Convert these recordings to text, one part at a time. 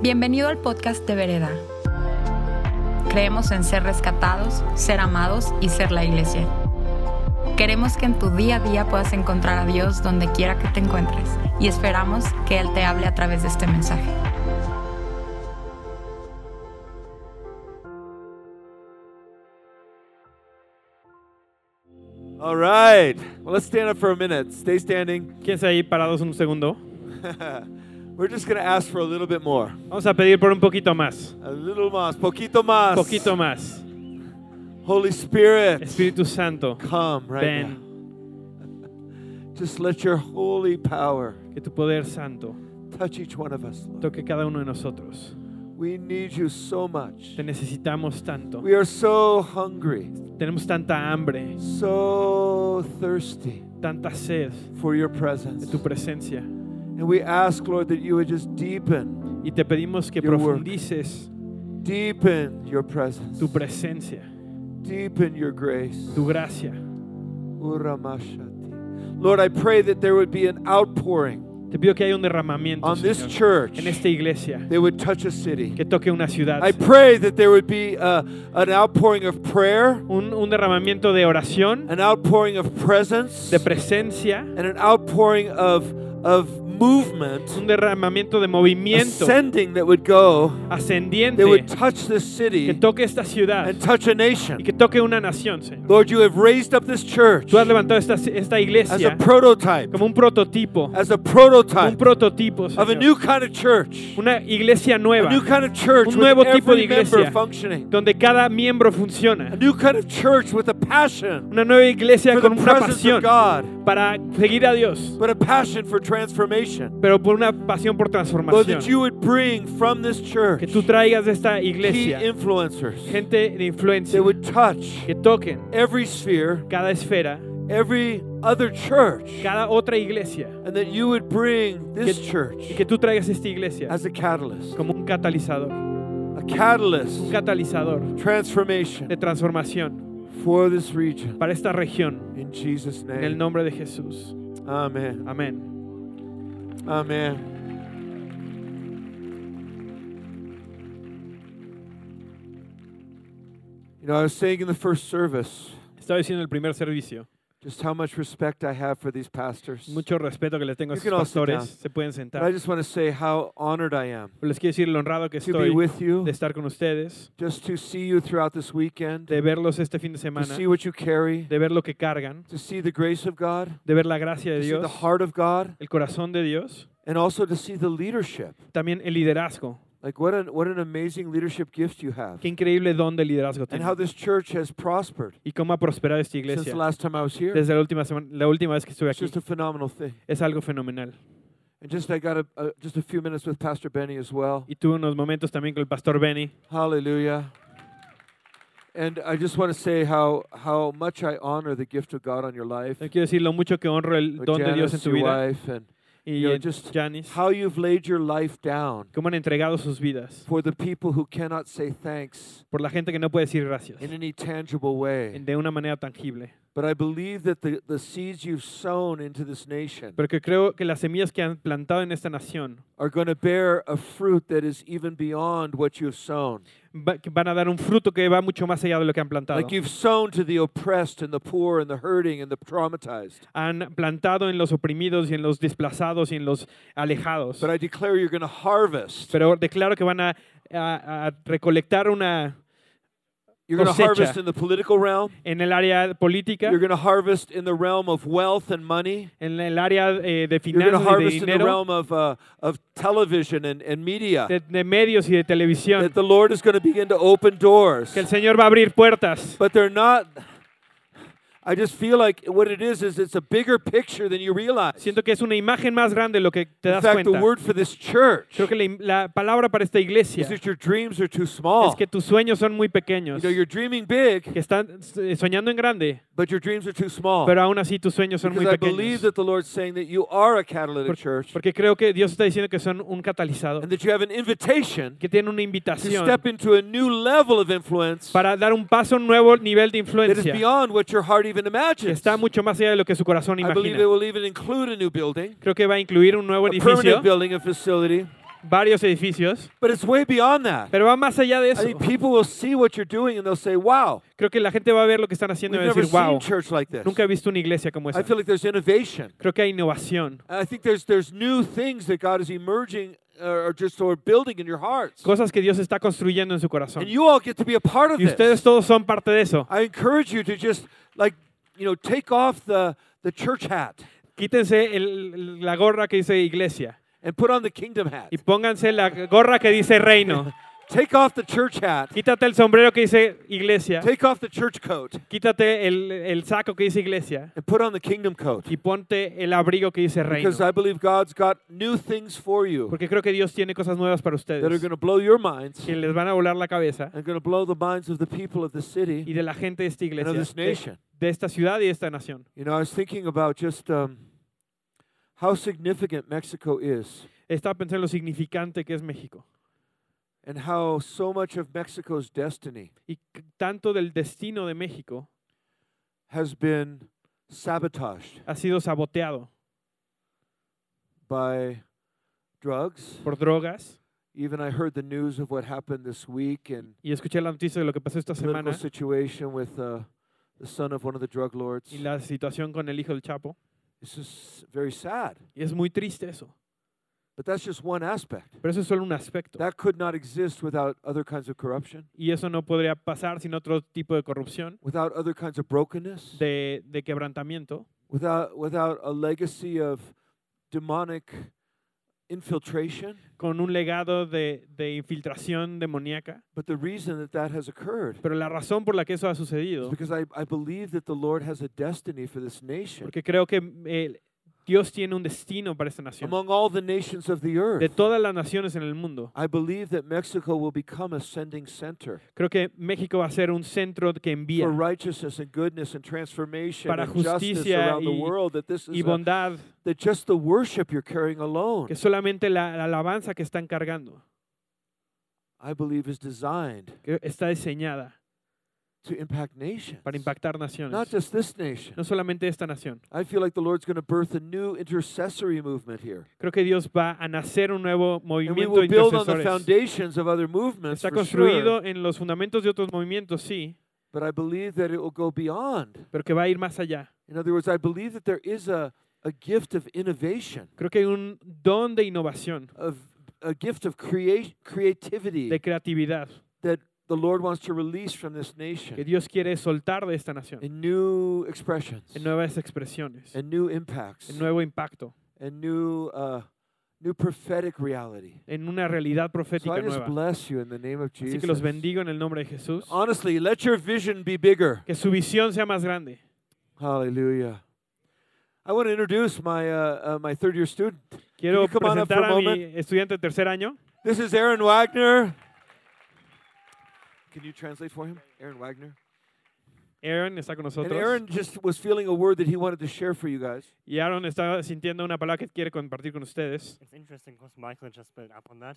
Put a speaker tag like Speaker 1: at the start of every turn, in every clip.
Speaker 1: Bienvenido al podcast de Vereda. Creemos en ser rescatados, ser amados y ser la iglesia. Queremos que en tu día a día puedas encontrar a Dios donde quiera que te encuentres y esperamos que Él te hable a través de este mensaje.
Speaker 2: All right. Well, let's stand up for a minute. Stay standing.
Speaker 3: Quédense ahí parados un segundo.
Speaker 2: We're just going to ask for a little bit more.
Speaker 3: Vamos a pedir por un poquito más.
Speaker 2: A little más. Poquito más.
Speaker 3: Poquito más.
Speaker 2: Holy Spirit,
Speaker 3: Espíritu Santo,
Speaker 2: come right
Speaker 3: ven.
Speaker 2: now. Just let your holy power
Speaker 3: Que tu poder santo
Speaker 2: touch each one of us, Lord.
Speaker 3: toque cada uno de nosotros.
Speaker 2: We need you so much.
Speaker 3: Te necesitamos tanto.
Speaker 2: We are so hungry,
Speaker 3: Tenemos tanta hambre,
Speaker 2: so thirsty
Speaker 3: tanta sed
Speaker 2: for your
Speaker 3: de
Speaker 2: presence.
Speaker 3: tu presencia.
Speaker 2: And we ask, Lord, that you would just deepen,
Speaker 3: Y te pedimos que
Speaker 2: Your work.
Speaker 3: profundices
Speaker 2: deepen your presence,
Speaker 3: tu presencia,
Speaker 2: deepen your grace.
Speaker 3: tu gracia.
Speaker 2: Uramashati. Lord, I pray that there would be an outpouring
Speaker 3: Te pido que haya un derramamiento
Speaker 2: on this
Speaker 3: Señor,
Speaker 2: church
Speaker 3: en esta iglesia
Speaker 2: that would touch a city.
Speaker 3: que toque una ciudad.
Speaker 2: I pray that there would be uh, an outpouring of prayer,
Speaker 3: Un, un derramamiento de oración,
Speaker 2: an outpouring of presence,
Speaker 3: de presencia,
Speaker 2: and an outpouring of, of
Speaker 3: un
Speaker 2: movement,
Speaker 3: derramamiento de movimiento
Speaker 2: ascending that would go,
Speaker 3: ascendiente
Speaker 2: that would touch this
Speaker 3: que
Speaker 2: city
Speaker 3: toque esta ciudad
Speaker 2: and touch a
Speaker 3: y
Speaker 2: nation.
Speaker 3: que toque una nación, Señor.
Speaker 2: Lord, you have raised up this church
Speaker 3: Tú has levantado esta, esta
Speaker 2: as a
Speaker 3: iglesia
Speaker 2: prototype,
Speaker 3: como un prototipo,
Speaker 2: as a
Speaker 3: un
Speaker 2: prototype
Speaker 3: prototipo,
Speaker 2: of a
Speaker 3: Señor.
Speaker 2: new kind of church.
Speaker 3: una iglesia nueva
Speaker 2: A new kind of church
Speaker 3: Un
Speaker 2: with
Speaker 3: nuevo tipo
Speaker 2: every
Speaker 3: de
Speaker 2: member
Speaker 3: iglesia.
Speaker 2: functioning.
Speaker 3: donde cada miembro
Speaker 2: A
Speaker 3: funciona,
Speaker 2: new kind of church with a passion
Speaker 3: una nueva iglesia
Speaker 2: for the
Speaker 3: con una
Speaker 2: presence of
Speaker 3: pasión
Speaker 2: God,
Speaker 3: para seguir a Dios,
Speaker 2: but a passion for transformation.
Speaker 3: pero por una pasión por
Speaker 2: Lord, that
Speaker 3: transformación.
Speaker 2: you would bring from this church
Speaker 3: Que tú traigas de esta
Speaker 2: key
Speaker 3: iglesia
Speaker 2: influencers
Speaker 3: gente de influencia
Speaker 2: that would touch
Speaker 3: que toquen
Speaker 2: every sphere,
Speaker 3: cada esfera,
Speaker 2: every other church,
Speaker 3: cada otra iglesia,
Speaker 2: and that you would bring this
Speaker 3: Que- y
Speaker 2: church
Speaker 3: que tú traigas esta iglesia
Speaker 2: as a catalyst,
Speaker 3: como un catalizador,
Speaker 2: a
Speaker 3: un
Speaker 2: catalyst
Speaker 3: catalizador de
Speaker 2: transformation
Speaker 3: transformación
Speaker 2: for this region.
Speaker 3: para esta región.
Speaker 2: In Jesus'
Speaker 3: En el
Speaker 2: name.
Speaker 3: nombre de Jesús.
Speaker 2: Amen.
Speaker 3: Amén.
Speaker 2: Amen. You know, I was saying in the first service
Speaker 3: Estaba diciendo en el primer servicio.
Speaker 2: just how much respect I have for these pastors.
Speaker 3: Mucho respeto que les tengo a
Speaker 2: You
Speaker 3: estos
Speaker 2: can all sit down.
Speaker 3: pastores. Se pueden
Speaker 2: But I
Speaker 3: sentar.
Speaker 2: just want to say how honored I am
Speaker 3: Pero Les quiero decir lo honrado que
Speaker 2: to be
Speaker 3: estoy
Speaker 2: with you,
Speaker 3: de estar con ustedes,
Speaker 2: just to see you throughout this weekend,
Speaker 3: de verlos este fin de
Speaker 2: to
Speaker 3: semana,
Speaker 2: see what you carry,
Speaker 3: de ver lo que cargan,
Speaker 2: to see the grace of God,
Speaker 3: de ver la gracia de
Speaker 2: to see the
Speaker 3: Dios,
Speaker 2: heart of God,
Speaker 3: el corazón de Dios,
Speaker 2: and also to see the leadership.
Speaker 3: también el liderazgo.
Speaker 2: Like what an what an amazing leadership gift you have.
Speaker 3: Qué increíble don de liderazgo
Speaker 2: And
Speaker 3: tiene.
Speaker 2: how this church has prospered
Speaker 3: Y cómo ha prosperado esta
Speaker 2: since the
Speaker 3: iglesia
Speaker 2: last time I was here.
Speaker 3: desde la última, semana- la última vez que estuve
Speaker 2: It's
Speaker 3: aquí.
Speaker 2: just a phenomenal thing.
Speaker 3: Es algo fenomenal.
Speaker 2: And just I got a, a, just a few minutes with Pastor Benny as well.
Speaker 3: Y tuve unos momentos también con el pastor Benny.
Speaker 2: Hallelujah. And I just want to say how how much I honor the gift of God on your life,
Speaker 3: Le quiero decir lo mucho que honro el
Speaker 2: with
Speaker 3: don de Dios en
Speaker 2: Janice,
Speaker 3: tu
Speaker 2: your
Speaker 3: vida.
Speaker 2: wife, and
Speaker 3: Y
Speaker 2: you know,
Speaker 3: en
Speaker 2: just
Speaker 3: Janis.
Speaker 2: how you've laid your life down
Speaker 3: cómo han entregado sus vidas
Speaker 2: for the people who cannot say thanks
Speaker 3: por la gente que no puede decir gracias
Speaker 2: in any tangible way.
Speaker 3: de una manera tangible.
Speaker 2: But I believe that the, the seeds you've sown into this nation
Speaker 3: Pero que creo que las semillas que han plantado en esta nación
Speaker 2: are going to bear a fruit that is even beyond what you've sown.
Speaker 3: va- que van a dar un fruto que va mucho más allá de lo que han plantado.
Speaker 2: Like you've sown to the oppressed and the poor and the hurting and the traumatized.
Speaker 3: Han plantado en los oprimidos y en los desplazados y en los alejados.
Speaker 2: But I declare you're going to harvest.
Speaker 3: Pero declaro que van a, a- a recolectar una
Speaker 2: You're going to
Speaker 3: cosecha.
Speaker 2: harvest in the political realm.
Speaker 3: en el área política,
Speaker 2: You're going to harvest in the realm of wealth and money.
Speaker 3: en el área eh, de
Speaker 2: You're going to
Speaker 3: finanzas y de
Speaker 2: harvest in the
Speaker 3: dinero,
Speaker 2: realm of, uh, of television and, and media.
Speaker 3: de, de medios y de televisión.
Speaker 2: That the Lord is going to begin to open doors.
Speaker 3: Que el Señor va a abrir puertas.
Speaker 2: But they're not. I just feel like what it is is it's a bigger picture than you realize.
Speaker 3: Siento que es una imagen más grande lo que te
Speaker 2: In
Speaker 3: das
Speaker 2: fact, the
Speaker 3: cuenta.
Speaker 2: word for this church
Speaker 3: Creo que la, im- la palabra para esta iglesia
Speaker 2: is
Speaker 3: es
Speaker 2: that your dreams are too small.
Speaker 3: que tus sueños son muy
Speaker 2: You
Speaker 3: pequeños,
Speaker 2: know, you're dreaming big,
Speaker 3: que están eh, soñando en grande,
Speaker 2: but your dreams are too small.
Speaker 3: pero aún así tus sueños son muy
Speaker 2: Oh. Because I believe
Speaker 3: pequeños.
Speaker 2: that the Lord's saying that you are a catalytic church
Speaker 3: Porque creo que Dios está diciendo que son un catalizador,
Speaker 2: and that you have an invitation
Speaker 3: que tienen una
Speaker 2: to
Speaker 3: invitación
Speaker 2: step into a new level of influence
Speaker 3: para dar un paso a un nuevo nivel de
Speaker 2: that is
Speaker 3: influencia,
Speaker 2: beyond what your heart even
Speaker 3: que
Speaker 2: imagines.
Speaker 3: está mucho más allá de lo que su corazón
Speaker 2: I believe it
Speaker 3: imagina.
Speaker 2: will even include a new building,
Speaker 3: Creo que va a incluir un nuevo
Speaker 2: a permanent
Speaker 3: edificio,
Speaker 2: building, a facility,
Speaker 3: varios edificios,
Speaker 2: But it's way beyond that.
Speaker 3: pero va más allá
Speaker 2: I
Speaker 3: de eso.
Speaker 2: think people will see what you're doing and they'll say, wow,
Speaker 3: Creo que la gente va a ver lo que están
Speaker 2: we've
Speaker 3: haciendo y va a
Speaker 2: never
Speaker 3: decir, wow,
Speaker 2: seen church like this.
Speaker 3: nunca he visto una iglesia como
Speaker 2: I
Speaker 3: esa.
Speaker 2: feel like there's innovation.
Speaker 3: Creo que hay innovación,
Speaker 2: And I think there's, there's new things that God is emerging uh, or just or building in your hearts.
Speaker 3: cosas que Dios está construyendo en su corazón.
Speaker 2: And you all get to be a part of
Speaker 3: Y ustedes
Speaker 2: this.
Speaker 3: todos son parte de eso.
Speaker 2: I encourage you to just like, you know, take off the, the church hat
Speaker 3: Quítense el- la gorra que dice iglesia
Speaker 2: and put on the kingdom hat.
Speaker 3: y pónganse la gorra que dice reino.
Speaker 2: Take off the church hat.
Speaker 3: Quítate el sombrero que dice iglesia.
Speaker 2: Take off the church coat
Speaker 3: Quítate el, el saco que dice iglesia
Speaker 2: and put on the kingdom coat.
Speaker 3: y ponte el abrigo que dice reino.
Speaker 2: Because I believe God's got new things for you
Speaker 3: Porque creo que Dios tiene cosas nuevas para
Speaker 2: that are
Speaker 3: ustedes
Speaker 2: going to blow your minds
Speaker 3: que les van a volar la cabeza
Speaker 2: and going to blow the minds of the people of the
Speaker 3: y
Speaker 2: city
Speaker 3: de la gente de esta
Speaker 2: and
Speaker 3: iglesia,
Speaker 2: of this
Speaker 3: de,
Speaker 2: nation.
Speaker 3: de esta ciudad y de esta nación.
Speaker 2: You know, I was thinking about just um, how significant Mexico is
Speaker 3: Estaba pensando en lo significante que es México
Speaker 2: and how so much of Mexico's destiny
Speaker 3: y c- tanto del destino de México
Speaker 2: has been sabotaged
Speaker 3: ha sido saboteado
Speaker 2: by drugs.
Speaker 3: por drogas.
Speaker 2: Even I heard the news of what happened this week and
Speaker 3: Y escuché la noticia de lo que pasó esta
Speaker 2: political
Speaker 3: semana
Speaker 2: situation with uh, the son of one of the drug lords.
Speaker 3: y la situación con el hijo del Chapo.
Speaker 2: This is very sad.
Speaker 3: Y es muy triste eso.
Speaker 2: But that's just one aspect.
Speaker 3: Pero eso es solo un aspecto.
Speaker 2: That could not exist without other kinds of corruption,
Speaker 3: Y eso no podría pasar sin otro tipo de corrupción,
Speaker 2: without other kinds of brokenness,
Speaker 3: de, de quebrantamiento,
Speaker 2: without without a legacy of demonic infiltration.
Speaker 3: con un legado de, de infiltración demoníaca.
Speaker 2: But the reason that that has occurred
Speaker 3: Pero la razón por la que eso ha
Speaker 2: is
Speaker 3: sucedido,
Speaker 2: because I, I believe that the Lord has a destiny for this nation
Speaker 3: porque creo que eh, Dios tiene un destino para esta nación.
Speaker 2: among all the nations of the
Speaker 3: De
Speaker 2: earth.
Speaker 3: todas las naciones en el mundo,
Speaker 2: I believe that Mexico will become a sending center
Speaker 3: creo que México va a ser un centro que envía
Speaker 2: for righteousness and goodness and transformation
Speaker 3: Para
Speaker 2: and justice
Speaker 3: justicia
Speaker 2: around the
Speaker 3: y-
Speaker 2: world. That this
Speaker 3: y
Speaker 2: is a,
Speaker 3: bondad,
Speaker 2: that just the worship you're carrying alone,
Speaker 3: que solamente la, la alabanza que están cargando
Speaker 2: I believe, is designed
Speaker 3: que está diseñada
Speaker 2: to impact nations.
Speaker 3: para impactar
Speaker 2: Not
Speaker 3: naciones,
Speaker 2: just this nation.
Speaker 3: no solamente esta nación.
Speaker 2: I feel like the Lord's going to birth a new intercessory movement here.
Speaker 3: Creo que Dios va a nacer un nuevo
Speaker 2: And we
Speaker 3: movimiento de
Speaker 2: will build on the
Speaker 3: intercesores.
Speaker 2: foundations of other movements.
Speaker 3: Está
Speaker 2: for sure,
Speaker 3: construido en los fundamentos de otros movimientos, sí,
Speaker 2: but I believe that it will go beyond.
Speaker 3: pero que va a ir más allá.
Speaker 2: In other words, I believe that there is a, a gift of innovation,
Speaker 3: Creo que hay un don de innovación,
Speaker 2: of a gift of creat- creativity
Speaker 3: de creatividad,
Speaker 2: that the Lord wants to release from this
Speaker 3: que
Speaker 2: nation
Speaker 3: Dios quiere soltar de esta nación
Speaker 2: in new expressions,
Speaker 3: en nuevas expresiones,
Speaker 2: and new impacts,
Speaker 3: en nuevo impacto,
Speaker 2: and new uh, new prophetic reality.
Speaker 3: en una realidad
Speaker 2: So I
Speaker 3: profética
Speaker 2: just
Speaker 3: nueva.
Speaker 2: bless you in the name of
Speaker 3: Así que los
Speaker 2: Jesus.
Speaker 3: bendigo en el nombre de Jesús.
Speaker 2: Honestly, let your vision be bigger.
Speaker 3: Que su visión sea más grande.
Speaker 2: Hallelujah. I want to introduce my uh, uh, my third year student.
Speaker 3: Quiero
Speaker 2: Can you come on up
Speaker 3: presentar a
Speaker 2: for a
Speaker 3: mi estudiante de tercer año.
Speaker 2: This is Aaron Wagner. Can you translate for him, Aaron Wagner?
Speaker 3: Aaron está con
Speaker 2: And
Speaker 3: nosotros.
Speaker 2: Aaron just was feeling a word that he wanted to share for you guys.
Speaker 3: y Aaron está sintiendo una palabra que quiere compartir con ustedes.
Speaker 4: It's interesting because Michael just built up on that.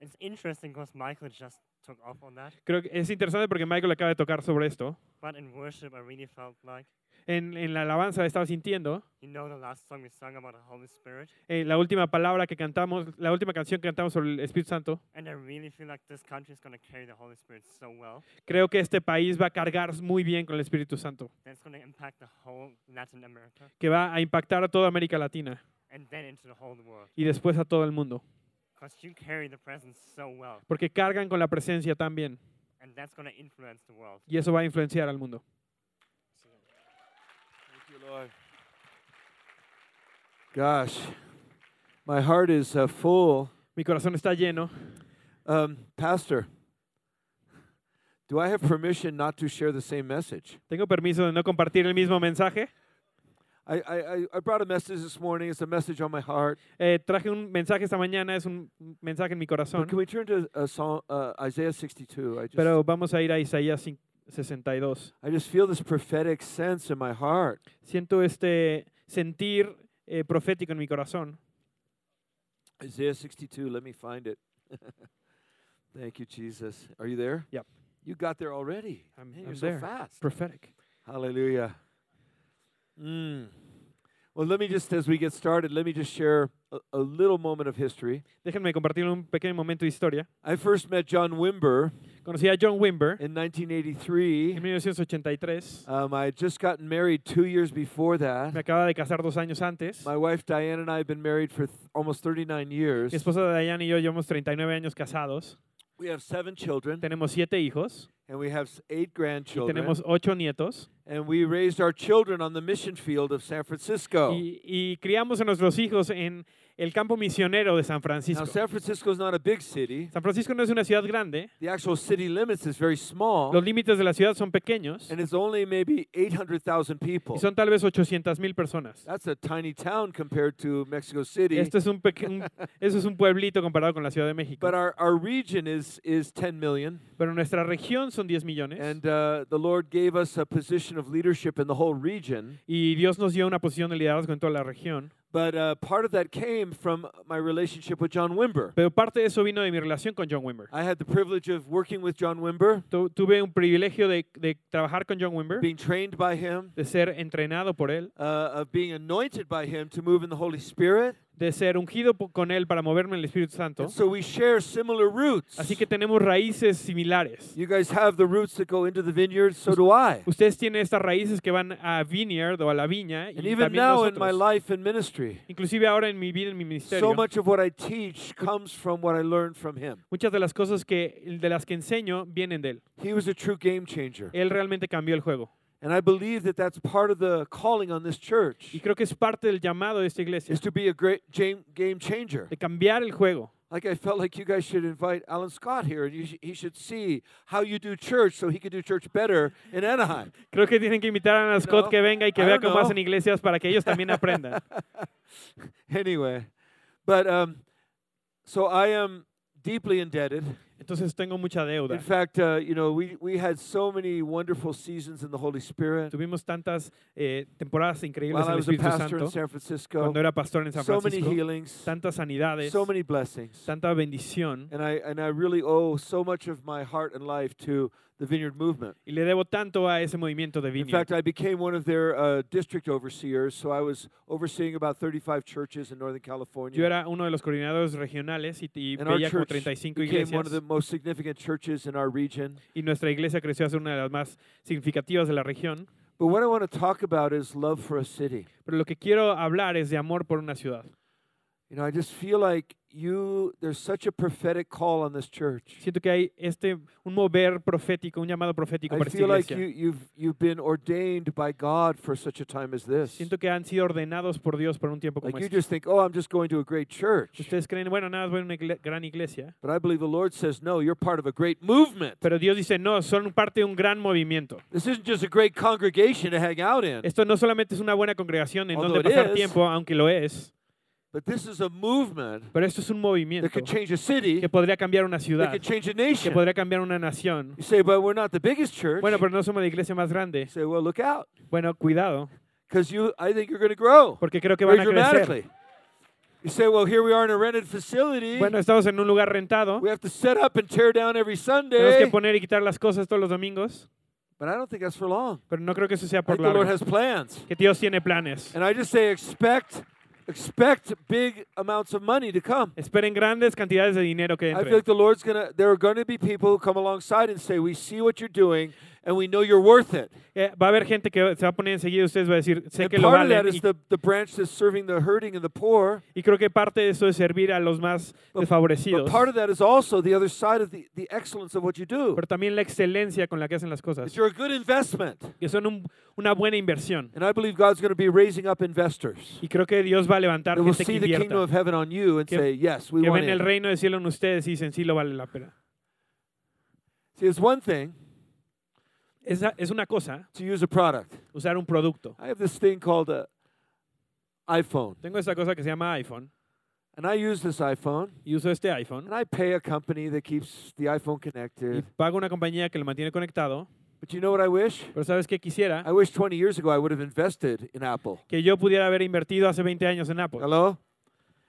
Speaker 4: It's interesting because Michael just took off on that.
Speaker 3: Creo que es interesante porque Michael acaba de tocar sobre esto.
Speaker 4: But in worship, I really felt like,
Speaker 3: En, en la alabanza estaba sintiendo
Speaker 4: you know, the last song we sang about the Holy Spirit?
Speaker 3: eh, la última palabra que cantamos, la última canción que cantamos sobre el Espíritu Santo.
Speaker 4: And I really feel like this country is going to carry the Holy Spirit so well.
Speaker 3: Creo que este país va a cargar muy bien con el Espíritu Santo,
Speaker 4: That's going to impact the whole Latin America
Speaker 3: que va a impactar a toda América Latina
Speaker 4: and then into the whole world.
Speaker 3: y después a todo el mundo.
Speaker 4: Because you carry the presence so well.
Speaker 3: Porque cargan con la presencia también
Speaker 4: And that's going to influence the world.
Speaker 3: y eso va a influenciar al mundo.
Speaker 2: Thank you, Lord. Gosh, my heart is uh, full.
Speaker 3: Mi corazón está lleno.
Speaker 2: Um, Pastor, do I have permission not to share the same message?
Speaker 3: Tengo permiso de no compartir el mismo mensaje.
Speaker 2: I, I, I- I brought a message this morning. It's a message on my heart.
Speaker 3: Eh, traje un mensaje esta mañana, es un mensaje en mi corazón.
Speaker 2: But can we turn to uh, Psalm, uh, Isaiah 62? I just,
Speaker 3: Pero vamos a ir a Isaías cin- 62.
Speaker 2: I just feel this prophetic sense in my heart.
Speaker 3: Siento este sentir eh, profético en mi corazón.
Speaker 2: Isaiah 62, let me find it. Thank you, Jesus. Are you there?
Speaker 3: Yep.
Speaker 2: You got there already.
Speaker 3: I'm-
Speaker 2: Man,
Speaker 3: I'm
Speaker 2: you're
Speaker 3: there.
Speaker 2: so fast.
Speaker 3: Prophetic.
Speaker 2: Hallelujah. Mm. Well, let me just, as we get started, let me just share a, a little moment of history.
Speaker 3: Déjenme compartir un pequeño momento de historia.
Speaker 2: I first met John Wimber
Speaker 3: Conocí a John Wimber
Speaker 2: in
Speaker 3: en
Speaker 2: 1983.
Speaker 3: 1983.
Speaker 2: Um, I had just gotten married two years before
Speaker 3: Me
Speaker 2: that.
Speaker 3: acababa de casar dos años antes.
Speaker 2: My wife Diane and I have been married for th- almost 39
Speaker 3: Mi
Speaker 2: years.
Speaker 3: esposa Diane y yo llevamos 39 años casados.
Speaker 2: We have seven children,
Speaker 3: Tenemos siete hijos
Speaker 2: and we have s- eight
Speaker 3: y
Speaker 2: grandchildren.
Speaker 3: tenemos ocho nietos.
Speaker 2: And we raised our children on the mission field of San Francisco.
Speaker 3: Y, y criamos a nuestros hijos en el campo misionero de San
Speaker 2: Now,
Speaker 3: Francisco.
Speaker 2: San Francisco is not a big city.
Speaker 3: San Francisco no es una ciudad grande.
Speaker 2: The actual city limits is very small,
Speaker 3: Los límites de la ciudad son pequeños
Speaker 2: and it's only maybe 800,000
Speaker 3: y
Speaker 2: people.
Speaker 3: son tal vez 800 mil personas.
Speaker 2: That's a tiny town compared to Mexico City.
Speaker 3: Esto es un peque- un- eso es un pueblito comparado con la Ciudad de México.
Speaker 2: But our, our region is, is 10 million,
Speaker 3: Pero nuestra región son 10 millones
Speaker 2: and uh, the Lord gave us a position of leadership in the whole region.
Speaker 3: y Dios nos dio una posición de liderazgo en toda la región.
Speaker 2: But uh, part of that came from my relationship with John Wimber.
Speaker 3: Pero parte de eso vino de mi relación con John Wimber.
Speaker 2: I had the privilege of working with John Wimber,
Speaker 3: Tu- tuve un privilegio de, de trabajar con John Wimber,
Speaker 2: being trained by him,
Speaker 3: de ser entrenado por él,
Speaker 2: uh, of being anointed by him to move in the Holy Spirit.
Speaker 3: de ser ungido po- con él para moverme en el Espíritu Santo.
Speaker 2: And so we share similar roots.
Speaker 3: Así que tenemos raíces similares.
Speaker 2: You guys have the roots that go into the vineyard, so do I.
Speaker 3: Ustedes tienen estas raíces que van a vineyard o a la viña y
Speaker 2: And even
Speaker 3: también
Speaker 2: now in my
Speaker 3: nosotros.
Speaker 2: life and ministry,
Speaker 3: Inclusive ahora en mi vida, en mi
Speaker 2: so
Speaker 3: ministerio,
Speaker 2: much of what I teach comes from what I learned from him.
Speaker 3: muchas de las cosas que de las que enseño vienen de él.
Speaker 2: He was a true game changer.
Speaker 3: Él realmente cambió el juego.
Speaker 2: And I believe that that's part of the calling on this church
Speaker 3: Y creo que es parte del llamado de esta iglesia,
Speaker 2: is to be a great jam- game changer.
Speaker 3: de cambiar el juego.
Speaker 2: Like I felt like you guys should invite Alan Scott here and you sh- he should see how you do church so he could do church better in Anaheim.
Speaker 3: Creo que tienen que invitar a Ana Scott
Speaker 2: No,
Speaker 3: que venga y que
Speaker 2: I
Speaker 3: vea
Speaker 2: don't
Speaker 3: cómo
Speaker 2: know.
Speaker 3: hacen iglesias para que ellos también aprendan.
Speaker 2: Anyway, but um so I am deeply indebted
Speaker 3: Entonces tengo mucha deuda.
Speaker 2: In fact, uh, you know, we, we had so many wonderful seasons in the Holy Spirit
Speaker 3: Tuvimos tantas eh, temporadas
Speaker 2: while
Speaker 3: increíbles en
Speaker 2: I
Speaker 3: el
Speaker 2: was a
Speaker 3: Espíritu
Speaker 2: pastor in
Speaker 3: Santo,
Speaker 2: San Francisco.
Speaker 3: cuando era pastor en San
Speaker 2: So many
Speaker 3: Francisco,
Speaker 2: healings,
Speaker 3: tantas sanidades,
Speaker 2: so many blessings.
Speaker 3: tanta bendición.
Speaker 2: And I, and I really owe so much of my heart and life to the Vineyard Movement.
Speaker 3: Y le debo tanto a ese movimiento de
Speaker 2: In
Speaker 3: Vineyard.
Speaker 2: fact, I became one of their uh, district overseers, so I was overseeing about 35 churches in Northern
Speaker 3: Yo
Speaker 2: California.
Speaker 3: era uno de los coordinadores regionales y, y
Speaker 2: And our
Speaker 3: veía como
Speaker 2: church
Speaker 3: 35
Speaker 2: became one
Speaker 3: iglesias.
Speaker 2: of the most significant churches in our region.
Speaker 3: Y nuestra iglesia creció a ser una de las más significativas de la región.
Speaker 2: But what I want to talk about is love for a city.
Speaker 3: Pero lo que quiero hablar es de amor por una ciudad.
Speaker 2: You know, I just feel like you, there's such a prophetic call on this church.
Speaker 3: Siento que hay este un mover profético, un llamado profético
Speaker 2: I
Speaker 3: para esta
Speaker 2: feel like
Speaker 3: iglesia.
Speaker 2: you, you've, you've been ordained by God for such a time as this.
Speaker 3: Siento que han sido ordenados por Dios por un tiempo como
Speaker 2: Like you
Speaker 3: este.
Speaker 2: just think, oh, I'm just going to a great church.
Speaker 3: Ustedes creen, bueno, nada, voy a una igle- gran iglesia.
Speaker 2: But I believe the Lord says, no, you're part of a great movement.
Speaker 3: Pero Dios dice, no, son parte de un gran movimiento.
Speaker 2: This isn't just a great congregation to hang out in,
Speaker 3: Esto no solamente es una buena congregación en
Speaker 2: Although
Speaker 3: donde
Speaker 2: it
Speaker 3: pasar
Speaker 2: is.
Speaker 3: tiempo, aunque lo es,
Speaker 2: but this is a movement
Speaker 3: pero esto es un
Speaker 2: that
Speaker 3: movimiento
Speaker 2: could change a city,
Speaker 3: que podría cambiar una
Speaker 2: that
Speaker 3: ciudad,
Speaker 2: could change a
Speaker 3: que
Speaker 2: nation.
Speaker 3: podría cambiar una nación.
Speaker 2: You say, but we're not the biggest church.
Speaker 3: Bueno,
Speaker 2: You
Speaker 3: pero no somos la iglesia más grande.
Speaker 2: say, well, look out,
Speaker 3: Bueno, cuidado,
Speaker 2: because you, I think you're going to grow
Speaker 3: porque creo que van
Speaker 2: very
Speaker 3: a crecer.
Speaker 2: dramatically. You say, well, here we are in a rented facility.
Speaker 3: Bueno, estamos en un lugar rentado.
Speaker 2: We have to set up and tear down every
Speaker 3: Tenemos que
Speaker 2: Sunday.
Speaker 3: poner y quitar las cosas todos los domingos,
Speaker 2: But I don't think that's for long.
Speaker 3: pero no creo que eso sea
Speaker 2: I
Speaker 3: por
Speaker 2: think the Lord
Speaker 3: largo.
Speaker 2: has plans.
Speaker 3: Que Dios tiene planes.
Speaker 2: And I just say expect expect big amounts of money to come.
Speaker 3: Esperen grandes cantidades de dinero que
Speaker 2: I feel
Speaker 3: entren.
Speaker 2: like the Lord's gonna there are gonna be people who come alongside and say, We see what you're doing and we know you're worth it.
Speaker 3: Eh, va a haber gente que se va a poner enseguida y ustedes va a decir, sé
Speaker 2: and
Speaker 3: que lo
Speaker 2: part of that
Speaker 3: valen.
Speaker 2: is
Speaker 3: Y,
Speaker 2: the, the branch that's serving the hurting and the poor.
Speaker 3: y creo que parte de eso es servir a los más
Speaker 2: But- But
Speaker 3: desfavorecidos.
Speaker 2: part of that is also the other side of the, the excellence of what you do.
Speaker 3: Pero también la excelencia con la que hacen las
Speaker 2: That
Speaker 3: cosas.
Speaker 2: you're a good investment.
Speaker 3: Que son un- una buena inversión.
Speaker 2: And I believe God's gonna be raising up investors.
Speaker 3: Y creo que Dios va a levantar
Speaker 2: That will
Speaker 3: gente
Speaker 2: see
Speaker 3: que
Speaker 2: the kingdom
Speaker 3: invierta.
Speaker 2: of heaven on you and
Speaker 3: Que-
Speaker 2: say, Yes, we
Speaker 3: Que
Speaker 2: want
Speaker 3: ven el
Speaker 2: it.
Speaker 3: reino del cielo en ustedes y dicen, sí, lo vale la pena.
Speaker 2: See, it's one thing
Speaker 3: Es, a- es una cosa
Speaker 2: to use a product.
Speaker 3: usar un producto.
Speaker 2: I have this thing called a iPhone,
Speaker 3: Tengo esta cosa que se llama iPhone
Speaker 2: and I use this iPhone,
Speaker 3: y uso este
Speaker 2: and
Speaker 3: iPhone
Speaker 2: I pay a company that keeps the iPhone
Speaker 3: y
Speaker 2: connected.
Speaker 3: pago una compañía que lo mantiene conectado.
Speaker 2: But you know what I wish?
Speaker 3: Pero ¿sabes qué quisiera?
Speaker 2: I wish 20 years ago I would have invested in Apple.
Speaker 3: Que yo pudiera haber invertido hace 20 años en Apple.
Speaker 2: Hello?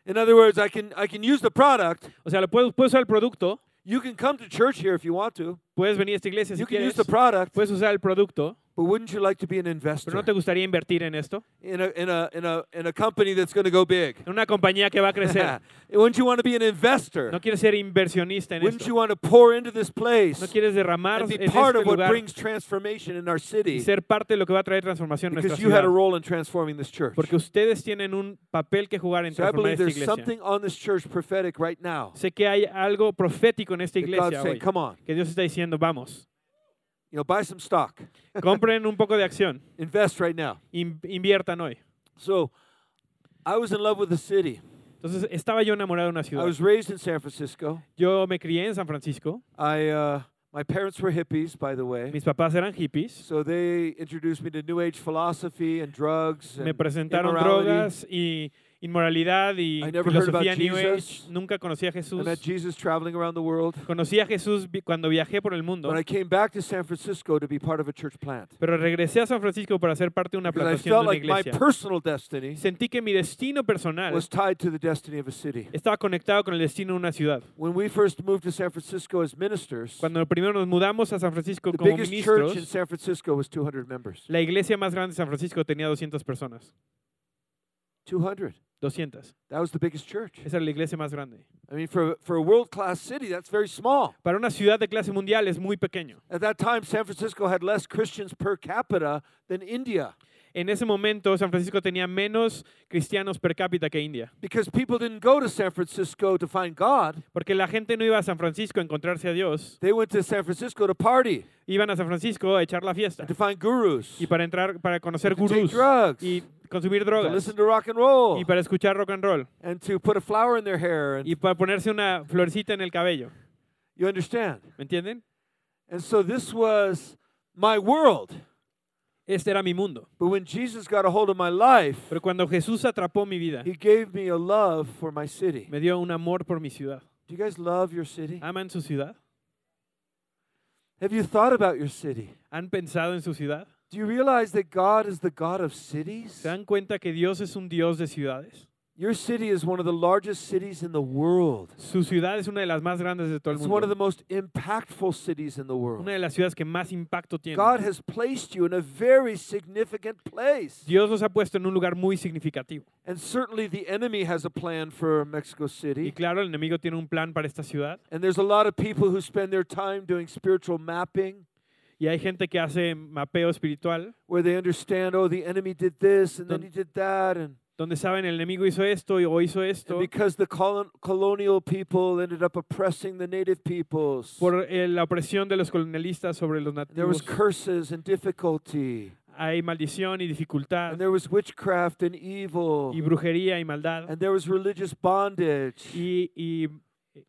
Speaker 2: In other words, I can I can use the product.
Speaker 3: O sea, lo puedes, puedes usar el producto,
Speaker 2: You can come to church here if you want to.
Speaker 3: puedes venir a esta iglesia si
Speaker 2: You can use
Speaker 3: quieres,
Speaker 2: the product,
Speaker 3: puedes usar el producto,
Speaker 2: but But wouldn't you like to be an
Speaker 3: ¿Pero
Speaker 2: investor
Speaker 3: no te gustaría invertir en esto?
Speaker 2: in, a, in, a, in, a, in a company that's going to go big?
Speaker 3: En una compañía que va a crecer.
Speaker 2: wouldn't you want to be an investor?
Speaker 3: ¿No quieres ser inversionista en
Speaker 2: Wouldn't you
Speaker 3: esto?
Speaker 2: want to pour into this place
Speaker 3: ¿No quieres derramar
Speaker 2: and
Speaker 3: en
Speaker 2: be
Speaker 3: este
Speaker 2: part of what
Speaker 3: lugar
Speaker 2: brings transformation in our
Speaker 3: y
Speaker 2: city?
Speaker 3: ser parte de lo que va a traer transformación en nuestra
Speaker 2: Because you had
Speaker 3: ciudad?
Speaker 2: a role in transforming this church.
Speaker 3: Porque ustedes tienen un papel que jugar en
Speaker 2: So I
Speaker 3: transformar
Speaker 2: believe
Speaker 3: esta
Speaker 2: there's
Speaker 3: iglesia.
Speaker 2: something on this church prophetic right now.
Speaker 3: Sé que hay algo profético en esta
Speaker 2: that God's
Speaker 3: iglesia
Speaker 2: saying,
Speaker 3: hoy.
Speaker 2: come on,
Speaker 3: Que Dios está diciendo, vamos,
Speaker 2: you know, buy some stock,
Speaker 3: compren un poco de acción,
Speaker 2: invest right now.
Speaker 3: in- inviertan hoy.
Speaker 2: So I was in love with the city.
Speaker 3: Entonces, estaba yo enamorado de una
Speaker 2: I
Speaker 3: ciudad.
Speaker 2: was raised in San Francisco.
Speaker 3: Yo me crié en San Francisco.
Speaker 2: I, uh, my parents were hippies, by the way.
Speaker 3: Mis papás eran hippies.
Speaker 2: So they introduced me to New Age philosophy and drugs and
Speaker 3: Me presentaron
Speaker 2: immorality.
Speaker 3: drogas y inmoralidad y
Speaker 2: I never heard
Speaker 3: filosofía
Speaker 2: about
Speaker 3: New Age.
Speaker 2: Jesus.
Speaker 3: Nunca conocí a
Speaker 2: I
Speaker 3: Jesús.
Speaker 2: met Jesus traveling around the world.
Speaker 3: Conocí a Jesús vi- cuando viajé por el mundo,
Speaker 2: But I came back to San Francisco to be part of a church plant.
Speaker 3: pero regresé a San Francisco para ser parte de una
Speaker 2: Because I
Speaker 3: plantación de
Speaker 2: felt
Speaker 3: una
Speaker 2: like my
Speaker 3: iglesia.
Speaker 2: personal destiny
Speaker 3: Sentí que mi destino personal
Speaker 2: was tied to the destiny of a city.
Speaker 3: estaba conectado con el destino de una ciudad.
Speaker 2: When we first moved to San Francisco as ministers,
Speaker 3: Cuando primero nos mudamos a San Francisco
Speaker 2: the
Speaker 3: como
Speaker 2: biggest church in
Speaker 3: ministros,
Speaker 2: San Francisco was 200 members.
Speaker 3: la iglesia más grande de San Francisco tenía 200 personas.
Speaker 2: 200.
Speaker 3: 200.
Speaker 2: That was the biggest church.
Speaker 3: Esa era la iglesia más grande.
Speaker 2: I mean, for, for a world class city, that's very small.
Speaker 3: Para una ciudad de clase mundial es muy pequeño.
Speaker 2: At that time, San Francisco had less Christians per capita than India
Speaker 3: En ese momento, San Francisco tenía menos cristianos per cápita que India,
Speaker 2: because people didn't go to San Francisco to find God.
Speaker 3: porque la gente no iba a San Francisco a encontrarse a Dios,
Speaker 2: They went to San Francisco to party,
Speaker 3: iban a San Francisco a echar la fiesta
Speaker 2: and to find gurus,
Speaker 3: y para entrar, para conocer
Speaker 2: to take
Speaker 3: gurús
Speaker 2: drugs,
Speaker 3: y consumir
Speaker 2: to
Speaker 3: drogas
Speaker 2: listen to rock and roll,
Speaker 3: y para escuchar rock and roll
Speaker 2: and to put a flower in their hair. And
Speaker 3: y para ponerse una florcita en el cabello.
Speaker 2: you understand?
Speaker 3: ¿Me entienden?
Speaker 2: And so this was my world.
Speaker 3: Este era mi mundo.
Speaker 2: But when Jesus got a hold of my life,
Speaker 3: Pero cuando Jesús atrapó mi vida,
Speaker 2: he gave me a love for my city.
Speaker 3: me Ah. dio un amor por mi ciudad.
Speaker 2: Do you guys love your city?
Speaker 3: ¿Aman su ciudad?
Speaker 2: Have you thought about your city?
Speaker 3: ¿Han pensado en su ciudad?
Speaker 2: Do you realize that God is the God of cities?
Speaker 3: ¿Se dan cuenta que Dios es un Dios de ciudades?
Speaker 2: Your city is one of the largest cities in the world.
Speaker 3: Su ciudad es una de las más grandes de todo el
Speaker 2: It's one of the
Speaker 3: mundo.
Speaker 2: most impactful cities in the world.
Speaker 3: Una de las ciudades que más impacto tiene.
Speaker 2: God has placed you in a very significant place.
Speaker 3: Dios los ha puesto en un lugar muy significativo.
Speaker 2: And certainly the enemy has a plan for Mexico
Speaker 3: Y
Speaker 2: City.
Speaker 3: claro, el enemigo tiene un plan para esta ciudad.
Speaker 2: And there's a lot of people who spend their time doing spiritual mapping
Speaker 3: Y hay gente que hace mapeo espiritual,
Speaker 2: where they understand, oh, the enemy did this and then
Speaker 3: Don-
Speaker 2: he did that. And,
Speaker 3: donde saben el enemigo hizo esto y- o hizo
Speaker 2: and
Speaker 3: esto.
Speaker 2: because the colon- colonial people ended up oppressing the native peoples,
Speaker 3: Por eh, la opresión de los colonialistas sobre los
Speaker 2: there was
Speaker 3: nativos,
Speaker 2: curses and difficulty.
Speaker 3: hay maldición y dificultad,
Speaker 2: And there was witchcraft and evil.
Speaker 3: y brujería y maldad,
Speaker 2: And there was religious bondage.
Speaker 3: y, y,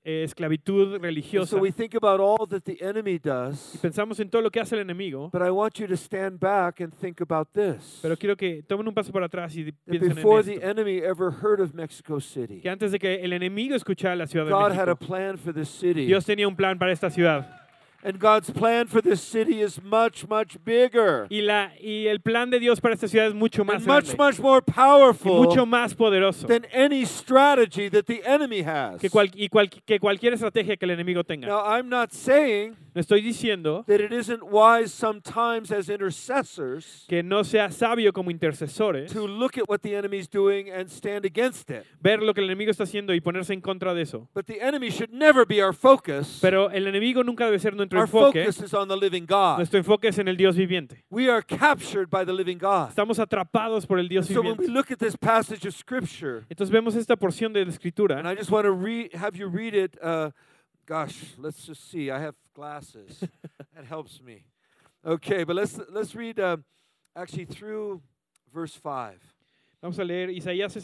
Speaker 3: eh, esclavitud
Speaker 2: And
Speaker 3: religiosa.
Speaker 2: so we think about all that the enemy
Speaker 3: Y
Speaker 2: does.
Speaker 3: pensamos en todo lo que hace el enemigo,
Speaker 2: But I want you to stand back and think about this.
Speaker 3: pero quiero que tomen un paso para atrás y
Speaker 2: That
Speaker 3: piensen en
Speaker 2: before the
Speaker 3: esto.
Speaker 2: enemy ever heard of Mexico City,
Speaker 3: Que antes de que el enemigo escuchara la ciudad de
Speaker 2: God had a
Speaker 3: México,
Speaker 2: plan for this city.
Speaker 3: Dios tenía un plan para esta ciudad.
Speaker 2: And God's plan for this city is much, much bigger.
Speaker 3: Y, la, y el plan de Dios para esta ciudad es mucho
Speaker 2: And
Speaker 3: más
Speaker 2: much,
Speaker 3: grande
Speaker 2: much more
Speaker 3: y mucho
Speaker 2: powerful
Speaker 3: más poderoso
Speaker 2: than any strategy that the enemy has.
Speaker 3: que, cual- y cual- que cualquier estrategia que el enemigo tenga.
Speaker 2: Now, I'm not saying
Speaker 3: No estoy diciendo
Speaker 2: that it isn't wise sometimes as intercessors
Speaker 3: que no sea sabio como intercesores
Speaker 2: to look at what the enemy's doing and stand against it.
Speaker 3: ver lo que el enemigo está haciendo y ponerse en contra de eso.
Speaker 2: But the enemy should never be our focus.
Speaker 3: Pero el enemigo nunca debe ser nuestro
Speaker 2: our
Speaker 3: enfoque.
Speaker 2: focus is on the living God.
Speaker 3: Nuestro enfoque es en el Dios viviente.
Speaker 2: We are captured by the living God.
Speaker 3: Estamos atrapados por el Dios
Speaker 2: So when we
Speaker 3: viviente.
Speaker 2: look at this passage of Scripture,
Speaker 3: Entonces vemos esta porción de la
Speaker 2: and
Speaker 3: escritura.
Speaker 2: I just want to re- have you read it. Uh, gosh, let's just see. I have glasses. that helps me. Okay, but let's let's read uh, actually through verse five,
Speaker 3: Vamos a leer Isaías
Speaker 2: one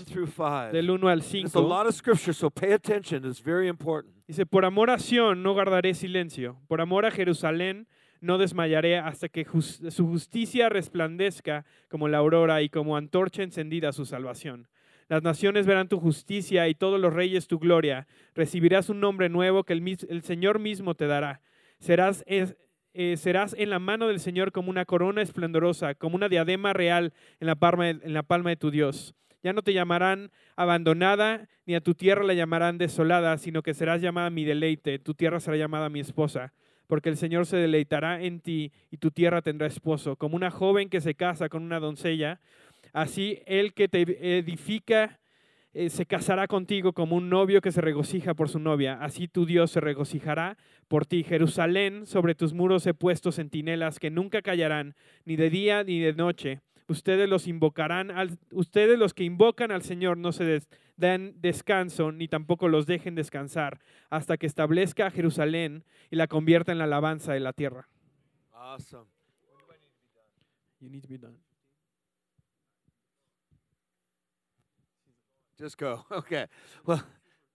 Speaker 3: 62,
Speaker 2: through five.
Speaker 3: del 1 al
Speaker 2: It's a
Speaker 3: 5.
Speaker 2: lot of Scripture, so pay attention. It's very important.
Speaker 3: Dice, por amor a Sión no guardaré silencio, por amor a Jerusalén no desmayaré hasta que jus- su justicia resplandezca como la aurora y como antorcha encendida su salvación. Las naciones verán tu justicia y todos los reyes tu gloria. Recibirás un nombre nuevo que el, mis- el Señor mismo te dará. Serás, es- eh, serás en la mano del Señor como una corona esplendorosa, como una diadema real en la palma de- en la palma de tu Dios. Ya no te llamarán abandonada, ni a tu tierra la llamarán desolada, sino que serás llamada mi deleite, tu tierra será llamada mi esposa. porque el Señor se deleitará en ti y tu tierra tendrá esposo, como una joven que se casa con una doncella, así el que te edifica eh, se casará contigo como un novio que se regocija por su novia, así tu Dios se regocijará por ti. Jerusalén, sobre tus muros he puesto centinelas que nunca callarán, ni de día ni de noche. Ustedes los invocarán, al- ustedes los que invocan al Señor no se des- dan descanso, ni tampoco los dejen descansar, hasta que establezca a Jerusalén y la convierta en la alabanza de la tierra.
Speaker 2: Awesome. Just go. Okay. Well,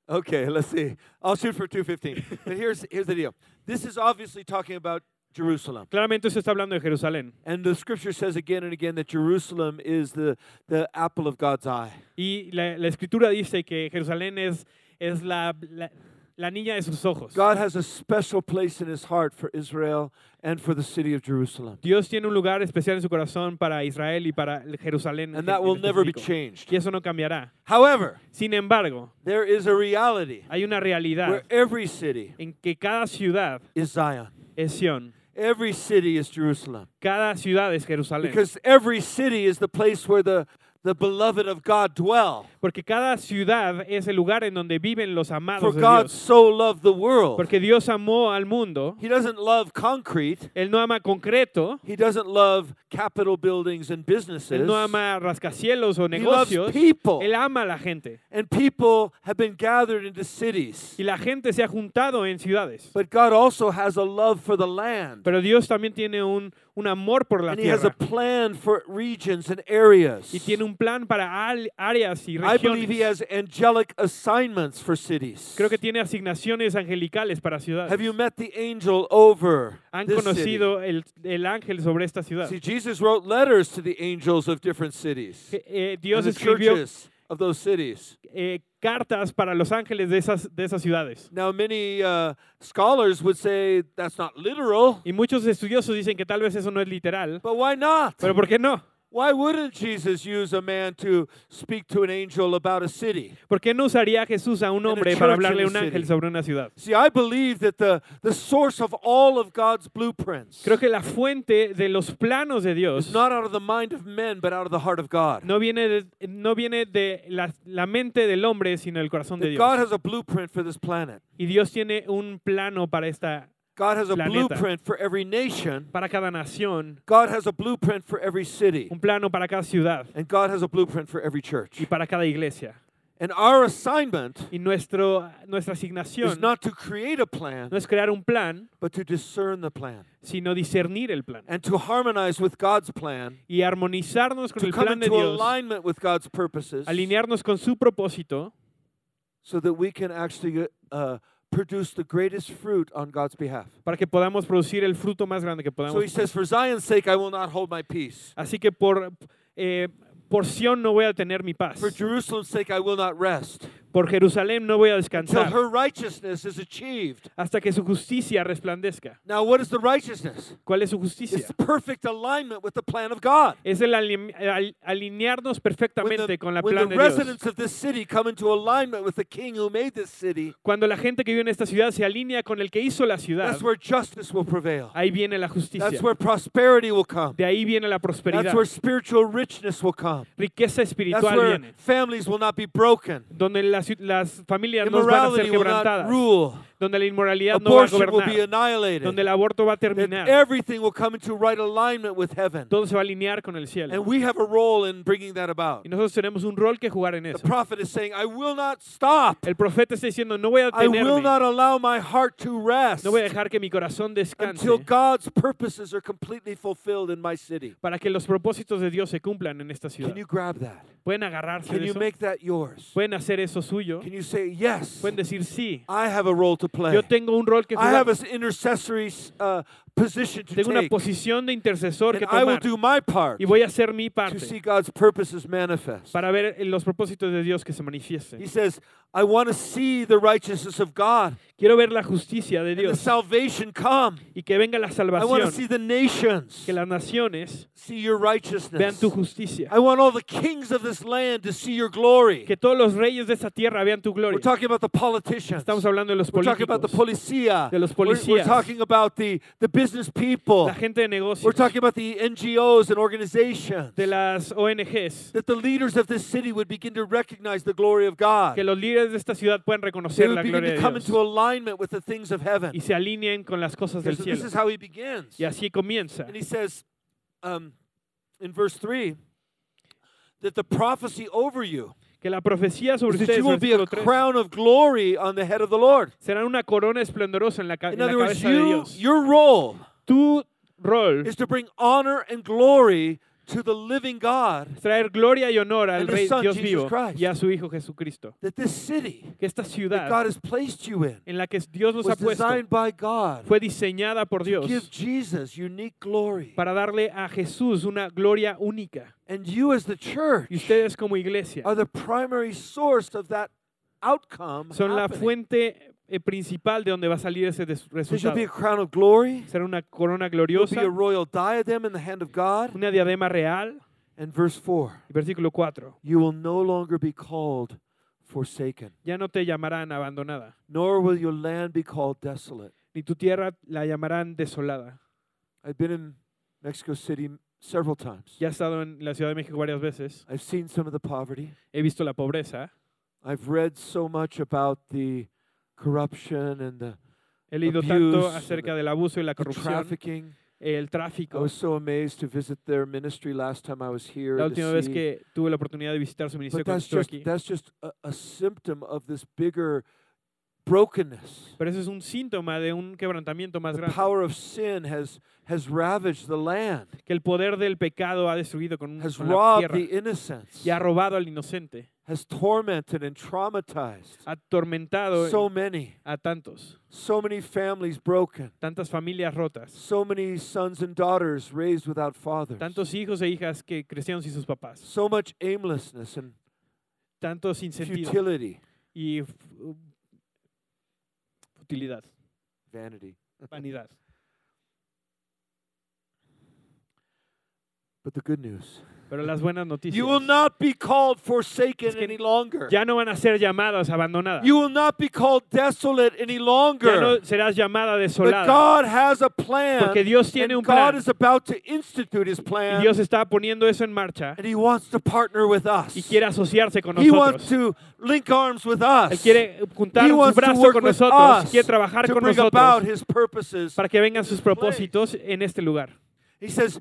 Speaker 2: okay, let's see. I'll shoot for 215. but here's here's the deal. This is obviously talking about Jerusalem.
Speaker 3: Claramente se está hablando de Jerusalén.
Speaker 2: And the scripture says again and again that Jerusalem is the, the apple of God's eye.
Speaker 3: Y la, la escritura dice que Jerusalén es, es la, la, la niña de sus ojos.
Speaker 2: God has a special place in his heart for Israel and for the city of Jerusalem.
Speaker 3: Dios tiene un lugar especial en su corazón para Israel y para el Jerusalén. en
Speaker 2: And that will never be
Speaker 3: específico.
Speaker 2: changed.
Speaker 3: Y eso no cambiará.
Speaker 2: However,
Speaker 3: Sin embargo,
Speaker 2: there is a reality
Speaker 3: hay una
Speaker 2: where
Speaker 3: realidad
Speaker 2: every city
Speaker 3: en que cada ciudad
Speaker 2: is Zion.
Speaker 3: es Sión.
Speaker 2: Every city is Jerusalem.
Speaker 3: Cada ciudad es Jerusalén.
Speaker 2: Because every city is the place where the, the beloved of God dwell.
Speaker 3: Porque cada ciudad es el lugar en donde viven los
Speaker 2: For
Speaker 3: amados de
Speaker 2: God
Speaker 3: Dios.
Speaker 2: so loved the world.
Speaker 3: Porque Dios amó al mundo.
Speaker 2: He doesn't love concrete.
Speaker 3: Él no ama concreto.
Speaker 2: He doesn't love capital buildings and
Speaker 3: Él
Speaker 2: businesses.
Speaker 3: no ama rascacielos o
Speaker 2: He loves
Speaker 3: negocios.
Speaker 2: people.
Speaker 3: Él ama a la gente.
Speaker 2: And people have been gathered into cities.
Speaker 3: Y la gente se ha juntado en ciudades.
Speaker 2: But God also has a love for the land.
Speaker 3: Pero Dios también tiene un, un amor por la
Speaker 2: And He has a
Speaker 3: tierra.
Speaker 2: plan for regions and areas.
Speaker 3: Y tiene un plan para al- áreas y
Speaker 2: I believe He
Speaker 3: regiones.
Speaker 2: has angelic assignments for cities.
Speaker 3: Creo que tiene asignaciones angelicales para ciudades.
Speaker 2: Have you met the angel over
Speaker 3: Han
Speaker 2: this city?
Speaker 3: conocido el, el ángel sobre esta ciudad.
Speaker 2: See, Jesus wrote letters to the angels of different cities,
Speaker 3: Je- eh,
Speaker 2: and
Speaker 3: Dios
Speaker 2: the
Speaker 3: escribió
Speaker 2: churches of those cities.
Speaker 3: eh, cartas para los ángeles de esas, de esas ciudades.
Speaker 2: Now, many uh, scholars would say that's not literal,
Speaker 3: Y muchos estudiosos dicen que tal vez eso no es literal.
Speaker 2: but why not?
Speaker 3: Pero ¿por qué no?
Speaker 2: Why wouldn't Jesus use a man to speak to an angel about a city?
Speaker 3: ¿Por qué no usaría Jesús a un
Speaker 2: a
Speaker 3: hombre
Speaker 2: church
Speaker 3: para
Speaker 2: in
Speaker 3: hablarle a
Speaker 2: the
Speaker 3: un ángel
Speaker 2: city.
Speaker 3: sobre una ciudad?
Speaker 2: See, I believe that the, the source of all of God's blueprints
Speaker 3: Creo que la fuente de los planos de
Speaker 2: is
Speaker 3: Dios
Speaker 2: not out of the mind of men, but out of the heart of God.
Speaker 3: no viene de, no viene de la, la mente del hombre, sino del corazón de
Speaker 2: That God
Speaker 3: Dios.
Speaker 2: has a blueprint for this planet.
Speaker 3: Y Dios tiene un plano para esta
Speaker 2: God has a
Speaker 3: Planeta.
Speaker 2: blueprint for every nation.
Speaker 3: para cada nación,
Speaker 2: God has a blueprint for every city.
Speaker 3: un plano para cada ciudad
Speaker 2: And God has a blueprint for every church.
Speaker 3: y para cada iglesia.
Speaker 2: And our assignment
Speaker 3: Y nuestro, nuestra
Speaker 2: is
Speaker 3: asignación no
Speaker 2: not to create a plan,
Speaker 3: es crear un plan,
Speaker 2: but to discern the plan
Speaker 3: sino discernir el plan
Speaker 2: and to harmonize with God's plan,
Speaker 3: y armonizarnos con
Speaker 2: to
Speaker 3: el
Speaker 2: come
Speaker 3: plan de
Speaker 2: into
Speaker 3: Dios,
Speaker 2: alignment with God's purposes,
Speaker 3: alinearnos con su propósito
Speaker 2: so that we can actually uh, produce the greatest fruit on God's behalf.
Speaker 3: para que podamos producir el fruto más grande que
Speaker 2: So he
Speaker 3: podamos.
Speaker 2: says, For Zion's sake, I will not hold my peace.
Speaker 3: Así que por eh, por Sión no voy a tener mi paz,
Speaker 2: For Jerusalem's sake, I will not rest
Speaker 3: por Jerusalén no voy a
Speaker 2: until
Speaker 3: descansar
Speaker 2: her righteousness is achieved.
Speaker 3: hasta que su justicia resplandezca.
Speaker 2: Now, what is the righteousness?
Speaker 3: ¿Cuál es su
Speaker 2: It's
Speaker 3: justicia?
Speaker 2: perfect alignment with the plan of God.
Speaker 3: Es el ali- al- alinearnos
Speaker 2: when the,
Speaker 3: perfectamente con la
Speaker 2: when
Speaker 3: plan
Speaker 2: the
Speaker 3: de Dios.
Speaker 2: residents of this city come into alignment with the king who made this city,
Speaker 3: Cuando la gente que vive en esta ciudad se alinea con el que hizo la ciudad,
Speaker 2: that's where justice will prevail.
Speaker 3: ahí viene la justicia.
Speaker 2: That's where prosperity will come.
Speaker 3: De ahí viene la prosperidad.
Speaker 2: That's where spiritual richness will come.
Speaker 3: Riqueza
Speaker 2: That's
Speaker 3: espiritual
Speaker 2: where
Speaker 3: viene.
Speaker 2: families will not be broken.
Speaker 3: Donde las, las familias no van a ser
Speaker 2: Immorality will not
Speaker 3: quebrantadas.
Speaker 2: rule.
Speaker 3: Donde la inmoralidad no va a
Speaker 2: Abortion will be
Speaker 3: gobernar. Donde
Speaker 2: annihilated.
Speaker 3: el aborto va a
Speaker 2: That
Speaker 3: terminar.
Speaker 2: everything will come into right alignment with heaven.
Speaker 3: Todo se va a alinear con el cielo.
Speaker 2: And we have a role in bringing that about.
Speaker 3: Y nosotros tenemos un rol que jugar en
Speaker 2: The
Speaker 3: eso.
Speaker 2: prophet is saying, I will not stop.
Speaker 3: El profeta está diciendo, no voy a
Speaker 2: I will
Speaker 3: detenerme.
Speaker 2: not allow my heart to rest.
Speaker 3: No voy a dejar que mi corazón descanse
Speaker 2: until God's purposes are completely fulfilled in my city.
Speaker 3: para que los propósitos de Dios se cumplan en esta ciudad.
Speaker 2: Can you grab that?
Speaker 3: Pueden agarrarse
Speaker 2: Can
Speaker 3: de
Speaker 2: you
Speaker 3: eso.
Speaker 2: make that yours?
Speaker 3: Pueden hacer eso suyo.
Speaker 2: Can you say, Yes,
Speaker 3: Pueden decir, sí,
Speaker 2: I have a role to play?
Speaker 3: yo tengo un rol que
Speaker 2: I have
Speaker 3: jugar.
Speaker 2: an intercessory s- uh, position to
Speaker 3: Tengo una
Speaker 2: take,
Speaker 3: posición de intercesor
Speaker 2: and
Speaker 3: que
Speaker 2: I will
Speaker 3: tomar
Speaker 2: do my part
Speaker 3: y voy a hacer mi
Speaker 2: to see
Speaker 3: parte
Speaker 2: God's purposes manifest.
Speaker 3: para ver los propósitos de Dios que se
Speaker 2: He
Speaker 3: manifiesten.
Speaker 2: says, I want to see the righteousness of God
Speaker 3: Quiero ver la justicia de
Speaker 2: and the
Speaker 3: Dios
Speaker 2: salvation come.
Speaker 3: y que venga la
Speaker 2: I want to
Speaker 3: salvación,
Speaker 2: see the nations
Speaker 3: que las naciones
Speaker 2: see your
Speaker 3: vean
Speaker 2: righteousness.
Speaker 3: tu justicia,
Speaker 2: I want all the kings of this land to see your glory.
Speaker 3: que todos los reyes de esta tierra vean tu
Speaker 2: We're
Speaker 3: gloria.
Speaker 2: talking about the politicians.
Speaker 3: Estamos hablando de los
Speaker 2: We're talking about the
Speaker 3: políticos,
Speaker 2: policia.
Speaker 3: de los
Speaker 2: We're- We're,
Speaker 3: policías.
Speaker 2: talking about the, the business people.
Speaker 3: la gente de
Speaker 2: We're
Speaker 3: negocios,
Speaker 2: talking about the NGOs and organizations.
Speaker 3: de las ONGs,
Speaker 2: That the leaders of this city would begin to recognize the glory of God.
Speaker 3: que los líderes de esta ciudad puedan
Speaker 2: They
Speaker 3: reconocer
Speaker 2: would
Speaker 3: la
Speaker 2: begin
Speaker 3: gloria
Speaker 2: to
Speaker 3: de
Speaker 2: come into
Speaker 3: Dios
Speaker 2: alignment with the things of
Speaker 3: y
Speaker 2: heaven.
Speaker 3: se alineen con las cosas
Speaker 2: Okay,
Speaker 3: del
Speaker 2: so this
Speaker 3: cielo.
Speaker 2: is how he begins.
Speaker 3: Y así comienza.
Speaker 2: And he says um, in verse 3 that the prophecy over you
Speaker 3: Que la profecía sobre
Speaker 2: is that
Speaker 3: ustedes
Speaker 2: you will be a
Speaker 3: versículo 3,
Speaker 2: crown of glory on the head of the Lord.
Speaker 3: será una corona esplendorosa en la, ca-
Speaker 2: In
Speaker 3: en la
Speaker 2: other words,
Speaker 3: cabeza de
Speaker 2: you,
Speaker 3: Dios.
Speaker 2: your role
Speaker 3: Tu rol
Speaker 2: is to bring honor and glory to the living God
Speaker 3: es traer gloria y honor al
Speaker 2: and his
Speaker 3: Rey
Speaker 2: son,
Speaker 3: Dios
Speaker 2: Jesus
Speaker 3: vivo
Speaker 2: Christ.
Speaker 3: y a su Hijo Jesucristo.
Speaker 2: that this city
Speaker 3: Que esta
Speaker 2: that God
Speaker 3: ciudad
Speaker 2: has placed you in
Speaker 3: en la que Dios nos ha
Speaker 2: was
Speaker 3: puesto
Speaker 2: designed by God
Speaker 3: fue diseñada por
Speaker 2: to give
Speaker 3: Dios
Speaker 2: Jesus unique glory.
Speaker 3: para darle a Jesús una gloria única.
Speaker 2: And you as the church
Speaker 3: Y ustedes como iglesia
Speaker 2: are the primary source of that outcome
Speaker 3: son la
Speaker 2: happening.
Speaker 3: fuente eh, principal de donde va a salir ese des-
Speaker 2: There shall
Speaker 3: resultado.
Speaker 2: be a crown of glory.
Speaker 3: Será una corona
Speaker 2: There will be
Speaker 3: gloriosa,
Speaker 2: a royal diadem in the hand of God.
Speaker 3: una diadema real.
Speaker 2: And verse 4
Speaker 3: Versículo 4.
Speaker 2: You will no longer be called forsaken,
Speaker 3: Ya no te llamarán abandonada,
Speaker 2: nor will your land be called desolate.
Speaker 3: ni tu tierra la llamarán desolada.
Speaker 2: I've been in Mexico City m- several times.
Speaker 3: Ya he estado en la Ciudad de México varias veces,
Speaker 2: I've seen some of the poverty.
Speaker 3: he visto la pobreza,
Speaker 2: I've read so much about the corruption and the,
Speaker 3: he leído
Speaker 2: Abuse,
Speaker 3: tanto acerca del abuso y la
Speaker 2: the
Speaker 3: corrupción,
Speaker 2: trafficking.
Speaker 3: el
Speaker 2: I
Speaker 3: tráfico.
Speaker 2: was so amazed to visit their ministry last time I was here.
Speaker 3: La
Speaker 2: to
Speaker 3: última vez
Speaker 2: see-
Speaker 3: que tuve la oportunidad de visitar su ministerio
Speaker 2: but
Speaker 3: cuando
Speaker 2: that's
Speaker 3: estuve
Speaker 2: just,
Speaker 3: aquí.
Speaker 2: that's just a, a symptom of this bigger brokenness.
Speaker 3: Pero eso es un síntoma de un quebrantamiento más
Speaker 2: the
Speaker 3: grande,
Speaker 2: power of sin has has ravaged the land,
Speaker 3: que el poder del pecado ha destruido con,
Speaker 2: has
Speaker 3: con la
Speaker 2: robbed
Speaker 3: tierra
Speaker 2: the innocents,
Speaker 3: y ha robado al inocente,
Speaker 2: has tormented and traumatized
Speaker 3: ha atormentado
Speaker 2: so many,
Speaker 3: a tantos,
Speaker 2: so many families broken,
Speaker 3: tantas familias rotas,
Speaker 2: so many sons and daughters raised without fathers,
Speaker 3: tantos hijos e hijas que crecieron sin sus papás,
Speaker 2: so much aimlessness and
Speaker 3: tanto sin sentido.
Speaker 2: futility,
Speaker 3: y f- uh, futilidad,
Speaker 2: vanity.
Speaker 3: vanidad.
Speaker 2: But the good news,
Speaker 3: Pero las buenas noticias.
Speaker 2: you will not be called forsaken
Speaker 3: Es que
Speaker 2: any longer.
Speaker 3: Ya no van a ser llamadas abandonadas.
Speaker 2: You will not be called desolate any
Speaker 3: Ya
Speaker 2: longer.
Speaker 3: no serás llamada
Speaker 2: But
Speaker 3: desolada.
Speaker 2: God has a plan.
Speaker 3: Porque Dios tiene
Speaker 2: and
Speaker 3: un
Speaker 2: God
Speaker 3: plan.
Speaker 2: is about to institute his
Speaker 3: Y
Speaker 2: plan.
Speaker 3: Dios está poniendo eso en marcha
Speaker 2: and he wants to partner with us.
Speaker 3: y quiere asociarse con
Speaker 2: he wants
Speaker 3: nosotros.
Speaker 2: to link arms with us.
Speaker 3: Él quiere juntar
Speaker 2: he
Speaker 3: su
Speaker 2: wants to
Speaker 3: brazo
Speaker 2: work
Speaker 3: con
Speaker 2: with
Speaker 3: nosotros,
Speaker 2: us
Speaker 3: quiere trabajar
Speaker 2: to
Speaker 3: con
Speaker 2: bring about
Speaker 3: nosotros
Speaker 2: his purposes.
Speaker 3: para que vengan sus
Speaker 2: place.
Speaker 3: propósitos en este lugar.
Speaker 2: He says,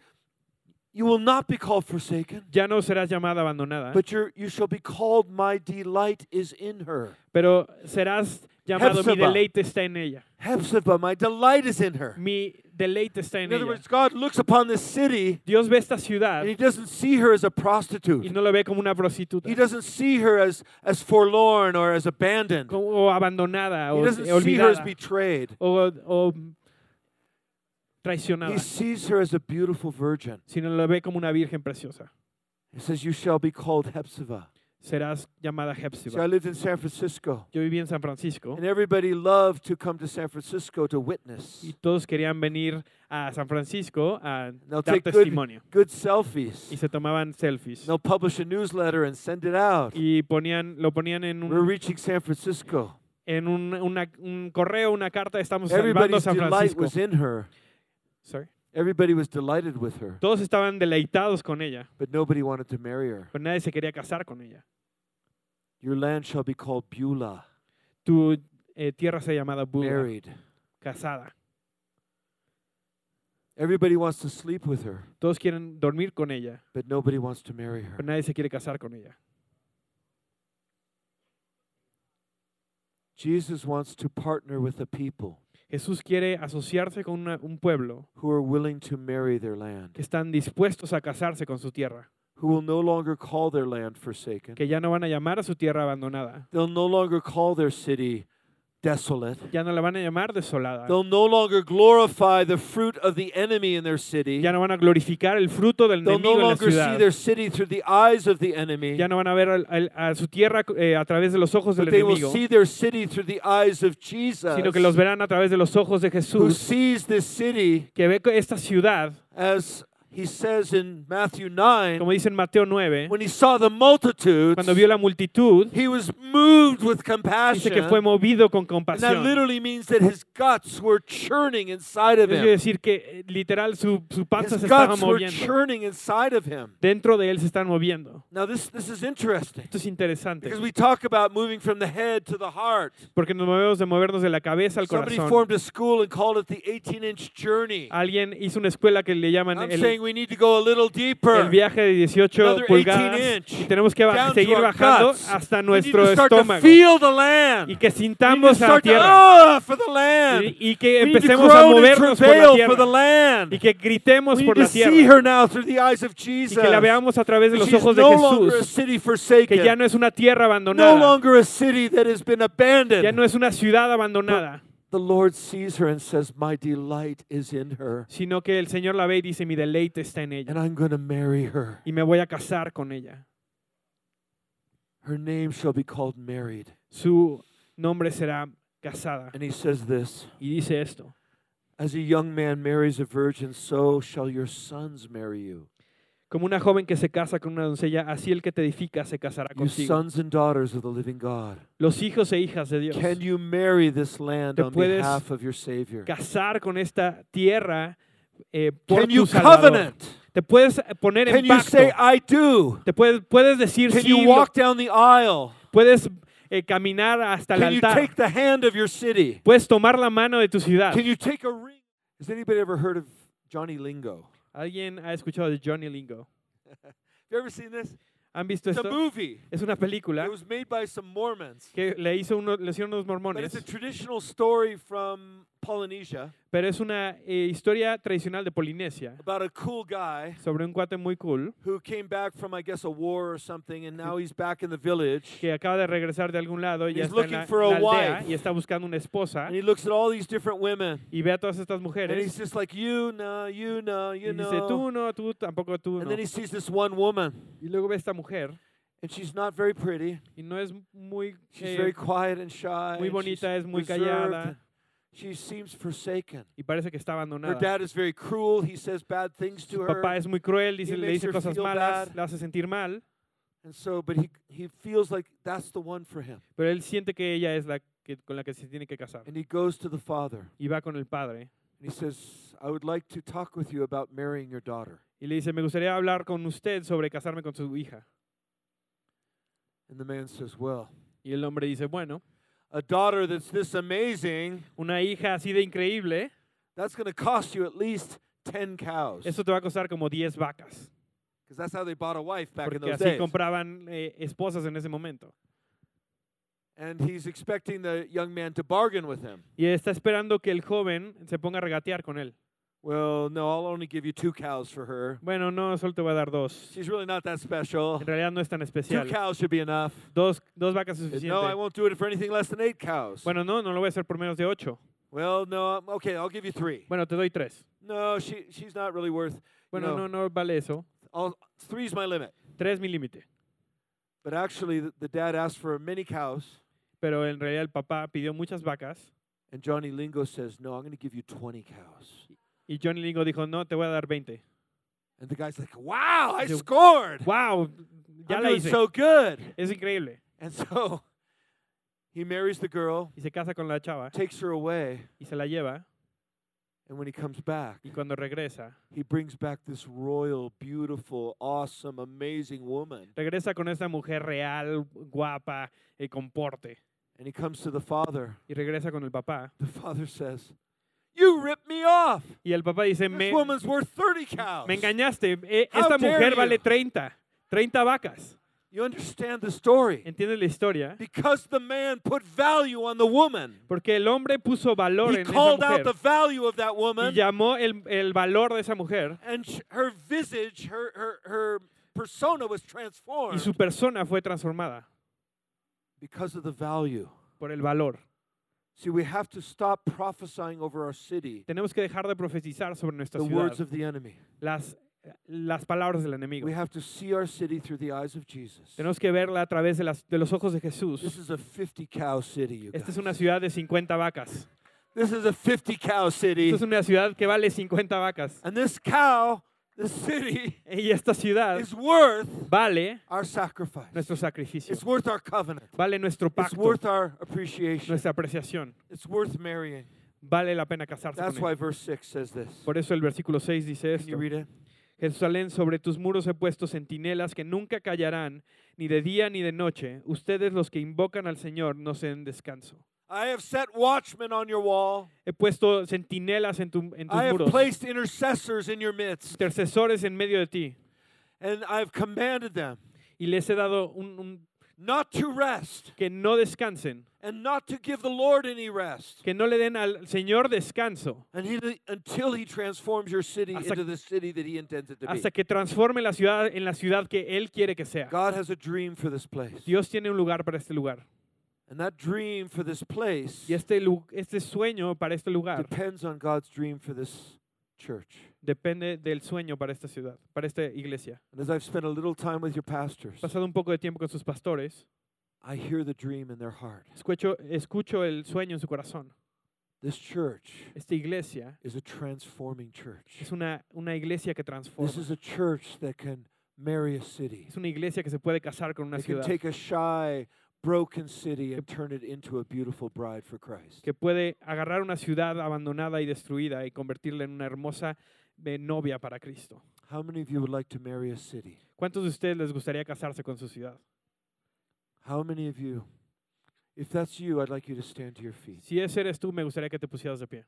Speaker 2: "You will not be called forsaken,
Speaker 3: Ya no serás llamada abandonada,
Speaker 2: but you you shall be called. My delight is in her.
Speaker 3: pero serás llamado mi
Speaker 2: Hephzibah.
Speaker 3: deleite está en ella.
Speaker 2: Hephzibah, my delight is in her."
Speaker 3: Mi deleite está
Speaker 2: In
Speaker 3: en
Speaker 2: other
Speaker 3: ella.
Speaker 2: words, God looks upon this city
Speaker 3: Dios ve esta ciudad
Speaker 2: and He doesn't see her as a
Speaker 3: y
Speaker 2: prostitute.
Speaker 3: no la ve como una prostituta
Speaker 2: He doesn't see her as as forlorn or as abandoned.
Speaker 3: como- o abandonada
Speaker 2: He
Speaker 3: o
Speaker 2: doesn't
Speaker 3: eh,
Speaker 2: see her as
Speaker 3: olvidada
Speaker 2: betrayed.
Speaker 3: o, o traicionada,
Speaker 2: He sees her as a beautiful virgin.
Speaker 3: sino la ve como una virgen preciosa.
Speaker 2: He says, "You shall be called Hephzibah."
Speaker 3: Serás llamada
Speaker 2: So I
Speaker 3: Hepzibah.
Speaker 2: lived in San Francisco,
Speaker 3: Yo viví en San Francisco
Speaker 2: and everybody loved to come to San Francisco to witness.
Speaker 3: y todos querían venir a San Francisco a
Speaker 2: They'll
Speaker 3: dar
Speaker 2: take good,
Speaker 3: testimonio
Speaker 2: good
Speaker 3: y
Speaker 2: selfies.
Speaker 3: se tomaban selfies
Speaker 2: They'll publish a newsletter and send it out.
Speaker 3: y ponían lo ponían en
Speaker 2: We're
Speaker 3: un
Speaker 2: reaching San Francisco.
Speaker 3: en un, una- un correo, una carta, estamos salvando
Speaker 2: Everybody's
Speaker 3: San
Speaker 2: delight
Speaker 3: Francisco.
Speaker 2: was in her.
Speaker 3: Sorry.
Speaker 2: Everybody was delighted with her,
Speaker 3: Todos estaban deleitados con ella,
Speaker 2: but nobody wanted to marry her.
Speaker 3: pero nadie se quería casar con ella.
Speaker 2: Your land shall be called Beulah,
Speaker 3: Tu eh, tierra se llamada Buda,
Speaker 2: married.
Speaker 3: casada.
Speaker 2: Everybody wants to sleep with her,
Speaker 3: Todos quieren dormir con ella,
Speaker 2: but nobody wants to marry her.
Speaker 3: pero nadie se quiere casar con ella.
Speaker 2: Jesus wants to partner with a people
Speaker 3: Jesús quiere asociarse con una- un pueblo
Speaker 2: who are willing to marry their land,
Speaker 3: que están dispuestos a casarse con su tierra,
Speaker 2: who will no longer call their land forsaken.
Speaker 3: que ya no van a llamar a su tierra abandonada,
Speaker 2: They'll no longer call their city desolate.
Speaker 3: Ya no la van a llamar desolada.
Speaker 2: They'll no longer glorify the fruit of the enemy in their city.
Speaker 3: Ya no van a glorificar el fruto del
Speaker 2: They'll no
Speaker 3: enemigo en la
Speaker 2: longer see
Speaker 3: ciudad.
Speaker 2: their city through the eyes of the enemy,
Speaker 3: Ya no van a ver al- al- a su tierra eh, a través de los ojos
Speaker 2: but
Speaker 3: del
Speaker 2: they will
Speaker 3: enemigo,
Speaker 2: see their city through the eyes of Jesus,
Speaker 3: sino que los verán a través de los ojos de
Speaker 2: who
Speaker 3: Jesús,
Speaker 2: sees this city,
Speaker 3: que ve que esta ciudad,
Speaker 2: as he says in Matthew 9,
Speaker 3: como dice en Mateo 9,
Speaker 2: when he saw the multitudes,
Speaker 3: cuando vio la multitud,
Speaker 2: he was moved with
Speaker 3: dice
Speaker 2: compassion.
Speaker 3: que fue movido con
Speaker 2: And that
Speaker 3: compasión.
Speaker 2: literally means that his guts were churning inside of
Speaker 3: Eso quiere
Speaker 2: him.
Speaker 3: decir que eh, literal su, su panza
Speaker 2: His
Speaker 3: se estaba
Speaker 2: guts were
Speaker 3: moviendo.
Speaker 2: churning inside of him.
Speaker 3: Dentro de él se están moviendo.
Speaker 2: Now, this, this is interesting
Speaker 3: Esto es interesante.
Speaker 2: because we talk about moving from the head to the heart.
Speaker 3: Porque nos movemos de movernos de la cabeza al
Speaker 2: Somebody
Speaker 3: corazón.
Speaker 2: formed a school and called it the 18 inch journey.
Speaker 3: Alguien hizo una escuela que le llaman
Speaker 2: I'm
Speaker 3: el,
Speaker 2: saying we need to go a little
Speaker 3: el
Speaker 2: deeper.
Speaker 3: viaje de 18
Speaker 2: Another 18
Speaker 3: pulgadas
Speaker 2: inch.
Speaker 3: y tenemos que ba-
Speaker 2: Down to
Speaker 3: seguir
Speaker 2: our
Speaker 3: bajando
Speaker 2: guts.
Speaker 3: hasta
Speaker 2: We need to
Speaker 3: nuestro
Speaker 2: start to
Speaker 3: estómago
Speaker 2: feel the land.
Speaker 3: y que
Speaker 2: We need to
Speaker 3: sintamos la
Speaker 2: start to,
Speaker 3: tierra
Speaker 2: "Ah, for the land.
Speaker 3: y, y que
Speaker 2: We need to
Speaker 3: empecemos a
Speaker 2: groan and
Speaker 3: movernos por la
Speaker 2: travail for the
Speaker 3: tierra y
Speaker 2: land.
Speaker 3: que gritemos
Speaker 2: We need
Speaker 3: por
Speaker 2: to
Speaker 3: la
Speaker 2: see
Speaker 3: tierra
Speaker 2: her now through the eyes of
Speaker 3: y
Speaker 2: Jesus.
Speaker 3: que la veamos a través de los
Speaker 2: She's
Speaker 3: ojos de
Speaker 2: no longer a
Speaker 3: Jesús,
Speaker 2: city
Speaker 3: que ya
Speaker 2: forsaken.
Speaker 3: no es una tierra
Speaker 2: No
Speaker 3: abandonada,
Speaker 2: longer a city that has been
Speaker 3: ya
Speaker 2: abandoned.
Speaker 3: no es una ciudad abandonada,
Speaker 2: The Lord sees her and says, My delight is in her,
Speaker 3: sino que el Señor la ve y dice, mi deleite está en ella
Speaker 2: and I'm going to marry her.
Speaker 3: y me voy a casar con ella.
Speaker 2: Her name shall be called married.
Speaker 3: Su nombre será casada.
Speaker 2: And he says this
Speaker 3: Y dice esto.
Speaker 2: As a young man marries a virgin, so shall your sons marry you.
Speaker 3: Como una joven que se casa con una doncella, así el que te edifica se casará
Speaker 2: You
Speaker 3: contigo.
Speaker 2: sons and daughters of the living God.
Speaker 3: Los hijos e hijas de Dios.
Speaker 2: Can you marry this land
Speaker 3: Te
Speaker 2: on
Speaker 3: puedes
Speaker 2: behalf of your Savior?
Speaker 3: Casar con esta tierra eh, por
Speaker 2: Can
Speaker 3: tu
Speaker 2: you
Speaker 3: Salvador.
Speaker 2: covenant?
Speaker 3: Te puedes poner
Speaker 2: Can
Speaker 3: en
Speaker 2: you
Speaker 3: pacto.
Speaker 2: say, I do?
Speaker 3: Te puedes, puedes decir
Speaker 2: Can
Speaker 3: sí.
Speaker 2: you
Speaker 3: lo-
Speaker 2: walk down the aisle?
Speaker 3: Puedes eh, caminar hasta el
Speaker 2: Can you
Speaker 3: altar.
Speaker 2: take the hand of your city?
Speaker 3: Puedes tomar la mano de tu ciudad.
Speaker 2: Can you take a ring? Has anybody ever heard of Johnny Lingo?
Speaker 3: ¿Alguien ha escuchado de Johnny Lingo?
Speaker 2: Have you ever seen this?
Speaker 3: ¿Han visto
Speaker 2: It's a
Speaker 3: esto?
Speaker 2: movie.
Speaker 3: Es una película
Speaker 2: It was made by some Mormons.
Speaker 3: que le, hizo uno, le hicieron
Speaker 2: But
Speaker 3: unos
Speaker 2: it's a
Speaker 3: mormones,
Speaker 2: traditional story from Polynesia
Speaker 3: pero es una eh, historia tradicional de Polinesia
Speaker 2: about a cool guy
Speaker 3: sobre un cuate muy cool
Speaker 2: who came back from, I guess, a war or something, and now he's back in the village.
Speaker 3: que acaba de regresar de algún lado y ya
Speaker 2: He's
Speaker 3: está en
Speaker 2: looking
Speaker 3: la,
Speaker 2: for a
Speaker 3: la aldea
Speaker 2: wife.
Speaker 3: y está buscando una esposa
Speaker 2: And he looks at all these different women.
Speaker 3: y ve a todas estas
Speaker 2: And he's
Speaker 3: mujeres
Speaker 2: just like, you know, you know,
Speaker 3: y
Speaker 2: you
Speaker 3: dice tú
Speaker 2: know.
Speaker 3: no, tú tampoco tú
Speaker 2: And
Speaker 3: no.
Speaker 2: then he sees this one woman,
Speaker 3: Y luego ve a esta mujer
Speaker 2: and she's not very pretty.
Speaker 3: y no es muy
Speaker 2: She's
Speaker 3: eh,
Speaker 2: very quiet and shy.
Speaker 3: muy
Speaker 2: and she's
Speaker 3: bonita, es muy
Speaker 2: reserved,
Speaker 3: callada.
Speaker 2: and She seems forsaken.
Speaker 3: y parece que está
Speaker 2: Her
Speaker 3: abandonada.
Speaker 2: dad is very cruel. He says bad things to
Speaker 3: Su
Speaker 2: her.
Speaker 3: papá es muy cruel, dice,
Speaker 2: He
Speaker 3: le
Speaker 2: makes
Speaker 3: dice
Speaker 2: her
Speaker 3: cosas
Speaker 2: feel
Speaker 3: malas,
Speaker 2: bad.
Speaker 3: la hace sentir mal,
Speaker 2: And so, but he, he feels like that's the one for him.
Speaker 3: pero él siente que ella es la que, con la que se tiene que casar
Speaker 2: And he goes to the father
Speaker 3: y va con el padre
Speaker 2: and he says, I would like to talk with you about marrying your daughter.
Speaker 3: y le dice, me gustaría hablar con usted sobre casarme con su hija.
Speaker 2: And the man says, Well,
Speaker 3: Y el hombre dice, bueno,
Speaker 2: a daughter that's this amazing,
Speaker 3: una hija así de increíble,
Speaker 2: that's going to cost you at least 10 cows.
Speaker 3: eso te va a costar como 10 vacas.
Speaker 2: Because that's how they bought a wife back in
Speaker 3: Porque
Speaker 2: those
Speaker 3: así
Speaker 2: days.
Speaker 3: compraban eh, esposas en ese momento.
Speaker 2: And he's expecting the young man to bargain with him.
Speaker 3: Y está esperando que el joven se ponga a regatear con él.
Speaker 2: Well, no, I'll only give you two cows for her.
Speaker 3: Bueno, no, solo te voy a dar dos.
Speaker 2: She's really not that special.
Speaker 3: En realidad no es tan
Speaker 2: Two
Speaker 3: especial.
Speaker 2: cows should be enough.
Speaker 3: Dos, dos vacas es
Speaker 2: And Eh, no, I
Speaker 3: suficiente.
Speaker 2: won't do it for anything less than eight cows.
Speaker 3: Bueno, no, no lo voy a hacer por menos de ocho.
Speaker 2: Well, no, I'm- okay, I'll give you three.
Speaker 3: Bueno, te doy tres.
Speaker 2: No, she she's not really worth.
Speaker 3: Bueno,
Speaker 2: No.
Speaker 3: no, no vale eso.
Speaker 2: I'll, three's my limit.
Speaker 3: Tres mi límite.
Speaker 2: But actually, the, the dad asked for many cows,
Speaker 3: Pero en realidad el papá pidió muchas vacas
Speaker 2: and Johnny Lingo says, "No, I'm going to give you 20 cows."
Speaker 3: y Johnny Lingo dijo, no, te voy a dar 20.
Speaker 2: And the guy's like, "Wow, I
Speaker 3: Yo-
Speaker 2: scored!
Speaker 3: ¡Wow! Ya
Speaker 2: I'm
Speaker 3: la
Speaker 2: doing
Speaker 3: hice.
Speaker 2: so good."
Speaker 3: Es increíble.
Speaker 2: And so he marries the girl,
Speaker 3: Y se casa con la chava
Speaker 2: takes her away,
Speaker 3: y se la lleva
Speaker 2: and when he comes back,
Speaker 3: y cuando regresa,
Speaker 2: he brings back this royal, beautiful, awesome, amazing woman.
Speaker 3: regresa con esta mujer real, guapa, eh, con porte.
Speaker 2: And he comes to the father.
Speaker 3: Y regresa con el papá.
Speaker 2: The father says, "You ripped me off.
Speaker 3: Y el papá dice, me,
Speaker 2: This woman's worth 30 cows."
Speaker 3: me engañaste. eh,
Speaker 2: How
Speaker 3: esta
Speaker 2: dare
Speaker 3: mujer
Speaker 2: you.
Speaker 3: vale 30. 30 vacas.
Speaker 2: You understand the story?
Speaker 3: ¿Entiendes la historia?
Speaker 2: Because the man put value on the woman.
Speaker 3: Porque el hombre puso valor
Speaker 2: He
Speaker 3: en esa
Speaker 2: called out
Speaker 3: mujer
Speaker 2: the value of that
Speaker 3: y
Speaker 2: woman,
Speaker 3: llamó el, el valor de esa mujer
Speaker 2: and sh- her visage, her, her, her persona was
Speaker 3: y su
Speaker 2: transformed
Speaker 3: persona fue transformada
Speaker 2: because of the value.
Speaker 3: por el valor.
Speaker 2: See, we have to stop prophesying over our city
Speaker 3: Tenemos que dejar de profetizar sobre nuestra
Speaker 2: the words
Speaker 3: ciudad
Speaker 2: of the enemy.
Speaker 3: las, las palabras del enemigo.
Speaker 2: We have to see our city through the eyes of Jesus.
Speaker 3: Tenemos que verla a través de, las- de los ojos de
Speaker 2: This
Speaker 3: Jesús.
Speaker 2: is a 50 cow city, you
Speaker 3: Esta es una
Speaker 2: guys.
Speaker 3: ciudad de 50 vacas.
Speaker 2: This is a 50 cow city.
Speaker 3: Esta es una ciudad que vale 50 vacas.
Speaker 2: And this cow, this city,
Speaker 3: Y esta ciudad
Speaker 2: is worth
Speaker 3: vale
Speaker 2: our sacrifice.
Speaker 3: nuestro sacrificio,
Speaker 2: It's worth our covenant.
Speaker 3: vale nuestro
Speaker 2: It's
Speaker 3: pacto,
Speaker 2: worth our appreciation.
Speaker 3: nuestra apreciación.
Speaker 2: It's worth marrying.
Speaker 3: Vale la pena casarse
Speaker 2: That's
Speaker 3: con
Speaker 2: why
Speaker 3: él.
Speaker 2: verse 6 says this.
Speaker 3: Por eso el versículo 6 dice
Speaker 2: Can you
Speaker 3: esto.
Speaker 2: read it?
Speaker 3: Jerusalén, sobre tus muros he puesto centinelas que nunca callarán, ni de día ni de noche. Ustedes los que invocan al Señor no se den descanso.
Speaker 2: I have set watchmen on your wall.
Speaker 3: He puesto centinelas en, tu- en tus
Speaker 2: I have
Speaker 3: muros,
Speaker 2: placed intercessors in your midst,
Speaker 3: intercesores en medio de ti,
Speaker 2: and I've commanded them
Speaker 3: y les he dado un, un-
Speaker 2: not to rest
Speaker 3: que no descansen,
Speaker 2: and not to give the Lord any rest
Speaker 3: que no le den al Señor descanso
Speaker 2: and he, until he transforms your city
Speaker 3: Hasta-
Speaker 2: into the city that he intends it to be.
Speaker 3: hasta que transforme la ciudad en la ciudad que Él quiere que sea.
Speaker 2: God has a dream for this place.
Speaker 3: Dios tiene un lugar para este lugar.
Speaker 2: And that dream for this place
Speaker 3: Y este, lu- este sueño para este lugar
Speaker 2: depends on God's dream for this church.
Speaker 3: depende del sueño para esta ciudad, para esta iglesia.
Speaker 2: And as I've spent a little time with your pastors,
Speaker 3: He pasado un poco de tiempo con sus pastores,
Speaker 2: I hear the dream in their heart.
Speaker 3: escucho, escucho el sueño en su corazón.
Speaker 2: This church
Speaker 3: Esta iglesia
Speaker 2: is a transforming church.
Speaker 3: es una, una iglesia que transforma.
Speaker 2: This is a church that can marry a city.
Speaker 3: Es una iglesia que se puede casar con una
Speaker 2: It can
Speaker 3: ciudad,
Speaker 2: take a shy, broken city and turn it into a beautiful bride for Christ.
Speaker 3: que puede agarrar una ciudad abandonada y destruida y convertirla en una hermosa eh, novia para Cristo.
Speaker 2: How many of you would like to marry a city?
Speaker 3: ¿Cuántos de ustedes les gustaría casarse con su ciudad?
Speaker 2: How many of you? If that's you, I'd like you to stand to your feet.
Speaker 3: Si ese eres tú, me gustaría que te pusieras de pie.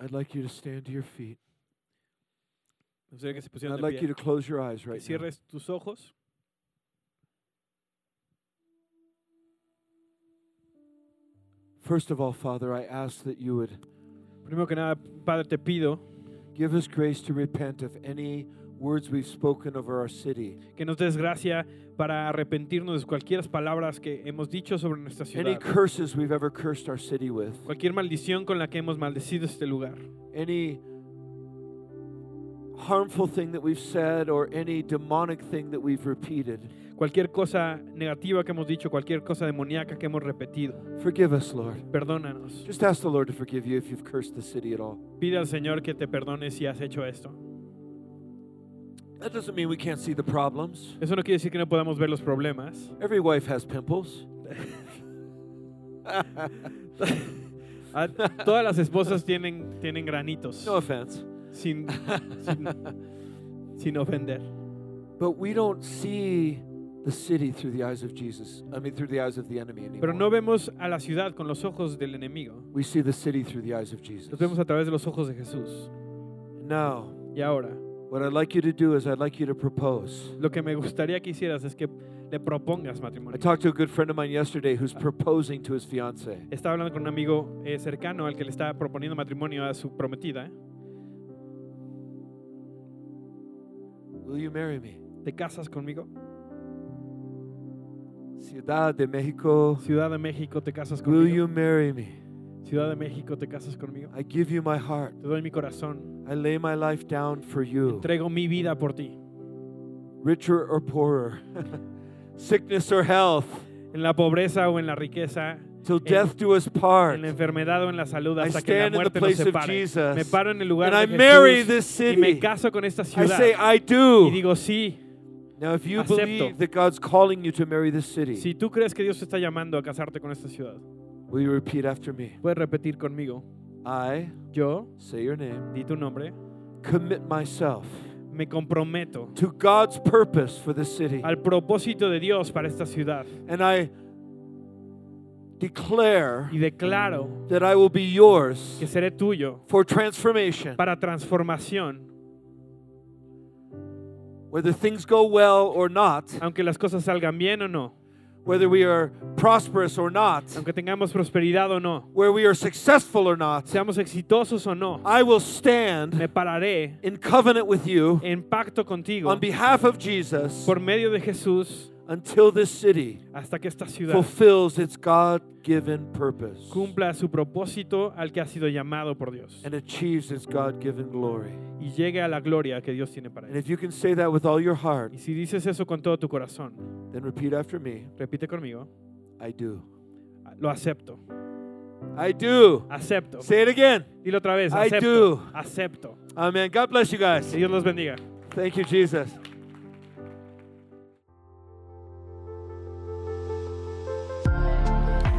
Speaker 2: I'd like you to stand to your feet.
Speaker 3: Me gustaría que se
Speaker 2: And
Speaker 3: pusieran
Speaker 2: I'd
Speaker 3: de
Speaker 2: like you
Speaker 3: pie.
Speaker 2: to close your eyes
Speaker 3: Que
Speaker 2: right now.
Speaker 3: cierres tus ojos.
Speaker 2: First of all, Father, I ask that you would
Speaker 3: Primero que nada, Padre, te pido
Speaker 2: give us grace to repent of any words we've spoken over our city,
Speaker 3: que nos des gracia para arrepentirnos de cualquier palabras que hemos dicho sobre nuestra
Speaker 2: any
Speaker 3: ciudad,
Speaker 2: curses we've ever cursed our city with,
Speaker 3: cualquier maldición con la que hemos maldecido este lugar,
Speaker 2: any harmful thing that we've said, or any demonic thing that we've repeated.
Speaker 3: cualquier cosa negativa que hemos dicho, cualquier cosa demoníaca que hemos repetido.
Speaker 2: Forgive us, Lord.
Speaker 3: Perdónanos.
Speaker 2: Just ask the Lord to forgive you if you've cursed the city at all.
Speaker 3: Pide al Señor que te perdone si has hecho esto.
Speaker 2: That doesn't mean we can't see the problems.
Speaker 3: Eso no quiere decir que no podamos ver los problemas.
Speaker 2: Every wife has pimples.
Speaker 3: Ah, Todas las esposas tienen, tienen granitos,
Speaker 2: No offense.
Speaker 3: sin, sin, sin ofender.
Speaker 2: But we don't see the city through the eyes of Jesus. I mean, through the eyes of the enemy anymore.
Speaker 3: Pero no vemos a la ciudad con los ojos del enemigo.
Speaker 2: We see the city through the eyes of Jesus.
Speaker 3: Los vemos a través de los ojos de Jesús.
Speaker 2: Now,
Speaker 3: Y ahora,
Speaker 2: what I'd like you to do is I'd like you to propose.
Speaker 3: lo que me gustaría que hicieras es que le propongas
Speaker 2: I
Speaker 3: matrimonio.
Speaker 2: talked to a good friend of mine yesterday who's proposing to his fiance.
Speaker 3: Estaba hablando con un amigo eh, cercano al que le estaba proponiendo matrimonio a su prometida. ¿eh?
Speaker 2: Will you marry me?
Speaker 3: ¿Te casas conmigo?
Speaker 2: Ciudad de Mexico,
Speaker 3: Ciudad de México, ¿te casas
Speaker 2: will
Speaker 3: conmigo?
Speaker 2: you marry me?
Speaker 3: Ciudad de México, ¿te casas conmigo?
Speaker 2: I give you my heart.
Speaker 3: Te doy mi corazón.
Speaker 2: I lay my life down for you,
Speaker 3: Entrego mi vida por ti.
Speaker 2: richer or poorer, sickness or health,
Speaker 3: En la pobreza o en la riqueza,
Speaker 2: till death do us part.
Speaker 3: en la enfermedad o en la salud,
Speaker 2: I
Speaker 3: hasta que la
Speaker 2: stand in the
Speaker 3: muerte nos
Speaker 2: place of
Speaker 3: separe.
Speaker 2: Jesus,
Speaker 3: Me paro en el lugar
Speaker 2: And I
Speaker 3: de
Speaker 2: marry
Speaker 3: Jesús
Speaker 2: this
Speaker 3: y me
Speaker 2: city.
Speaker 3: caso con esta
Speaker 2: I
Speaker 3: ciudad.
Speaker 2: say, "Oh." I
Speaker 3: y
Speaker 2: do.
Speaker 3: digo, sí,
Speaker 2: Now, if you
Speaker 3: acepto.
Speaker 2: believe that God's calling you to marry this city,
Speaker 3: si tú crees que Dios te está llamando a casarte con esta ciudad,
Speaker 2: will you repeat after me?
Speaker 3: puedes repetir conmigo.
Speaker 2: I,
Speaker 3: Yo,
Speaker 2: say your name,
Speaker 3: di tu nombre,
Speaker 2: commit myself
Speaker 3: me comprometo
Speaker 2: to God's purpose for this city.
Speaker 3: al propósito de Dios para esta ciudad
Speaker 2: And I declare
Speaker 3: y declaro
Speaker 2: that I will be yours
Speaker 3: que seré tuyo
Speaker 2: for transformation.
Speaker 3: para transformación,
Speaker 2: Whether things go well or not,
Speaker 3: aunque las cosas salgan bien o no,
Speaker 2: whether we are prosperous or not,
Speaker 3: aunque tengamos prosperidad o no,
Speaker 2: where we are successful or not,
Speaker 3: seamos exitosos o no,
Speaker 2: I will stand
Speaker 3: me pararé
Speaker 2: in covenant with you
Speaker 3: en pacto contigo
Speaker 2: on behalf of Jesus
Speaker 3: por medio de Jesús
Speaker 2: until this city
Speaker 3: hasta que esta ciudad
Speaker 2: fulfills its God given purpose
Speaker 3: cumpla su propósito al que ha sido llamado por Dios
Speaker 2: and achieves its God given glory.
Speaker 3: y llegue a la gloria que Dios tiene para
Speaker 2: And
Speaker 3: él.
Speaker 2: if you can say that with all your heart,
Speaker 3: Y si dices eso con todo tu corazón,
Speaker 2: then repeat after me
Speaker 3: repite conmigo,
Speaker 2: I do.
Speaker 3: lo acepto,
Speaker 2: I do.
Speaker 3: acepto.
Speaker 2: Say it again.
Speaker 3: Dilo otra vez,
Speaker 2: I
Speaker 3: acepto,
Speaker 2: do.
Speaker 3: acepto.
Speaker 2: Amen. God bless you guys.
Speaker 3: Que Dios los bendiga.
Speaker 2: Thank you, Jesus.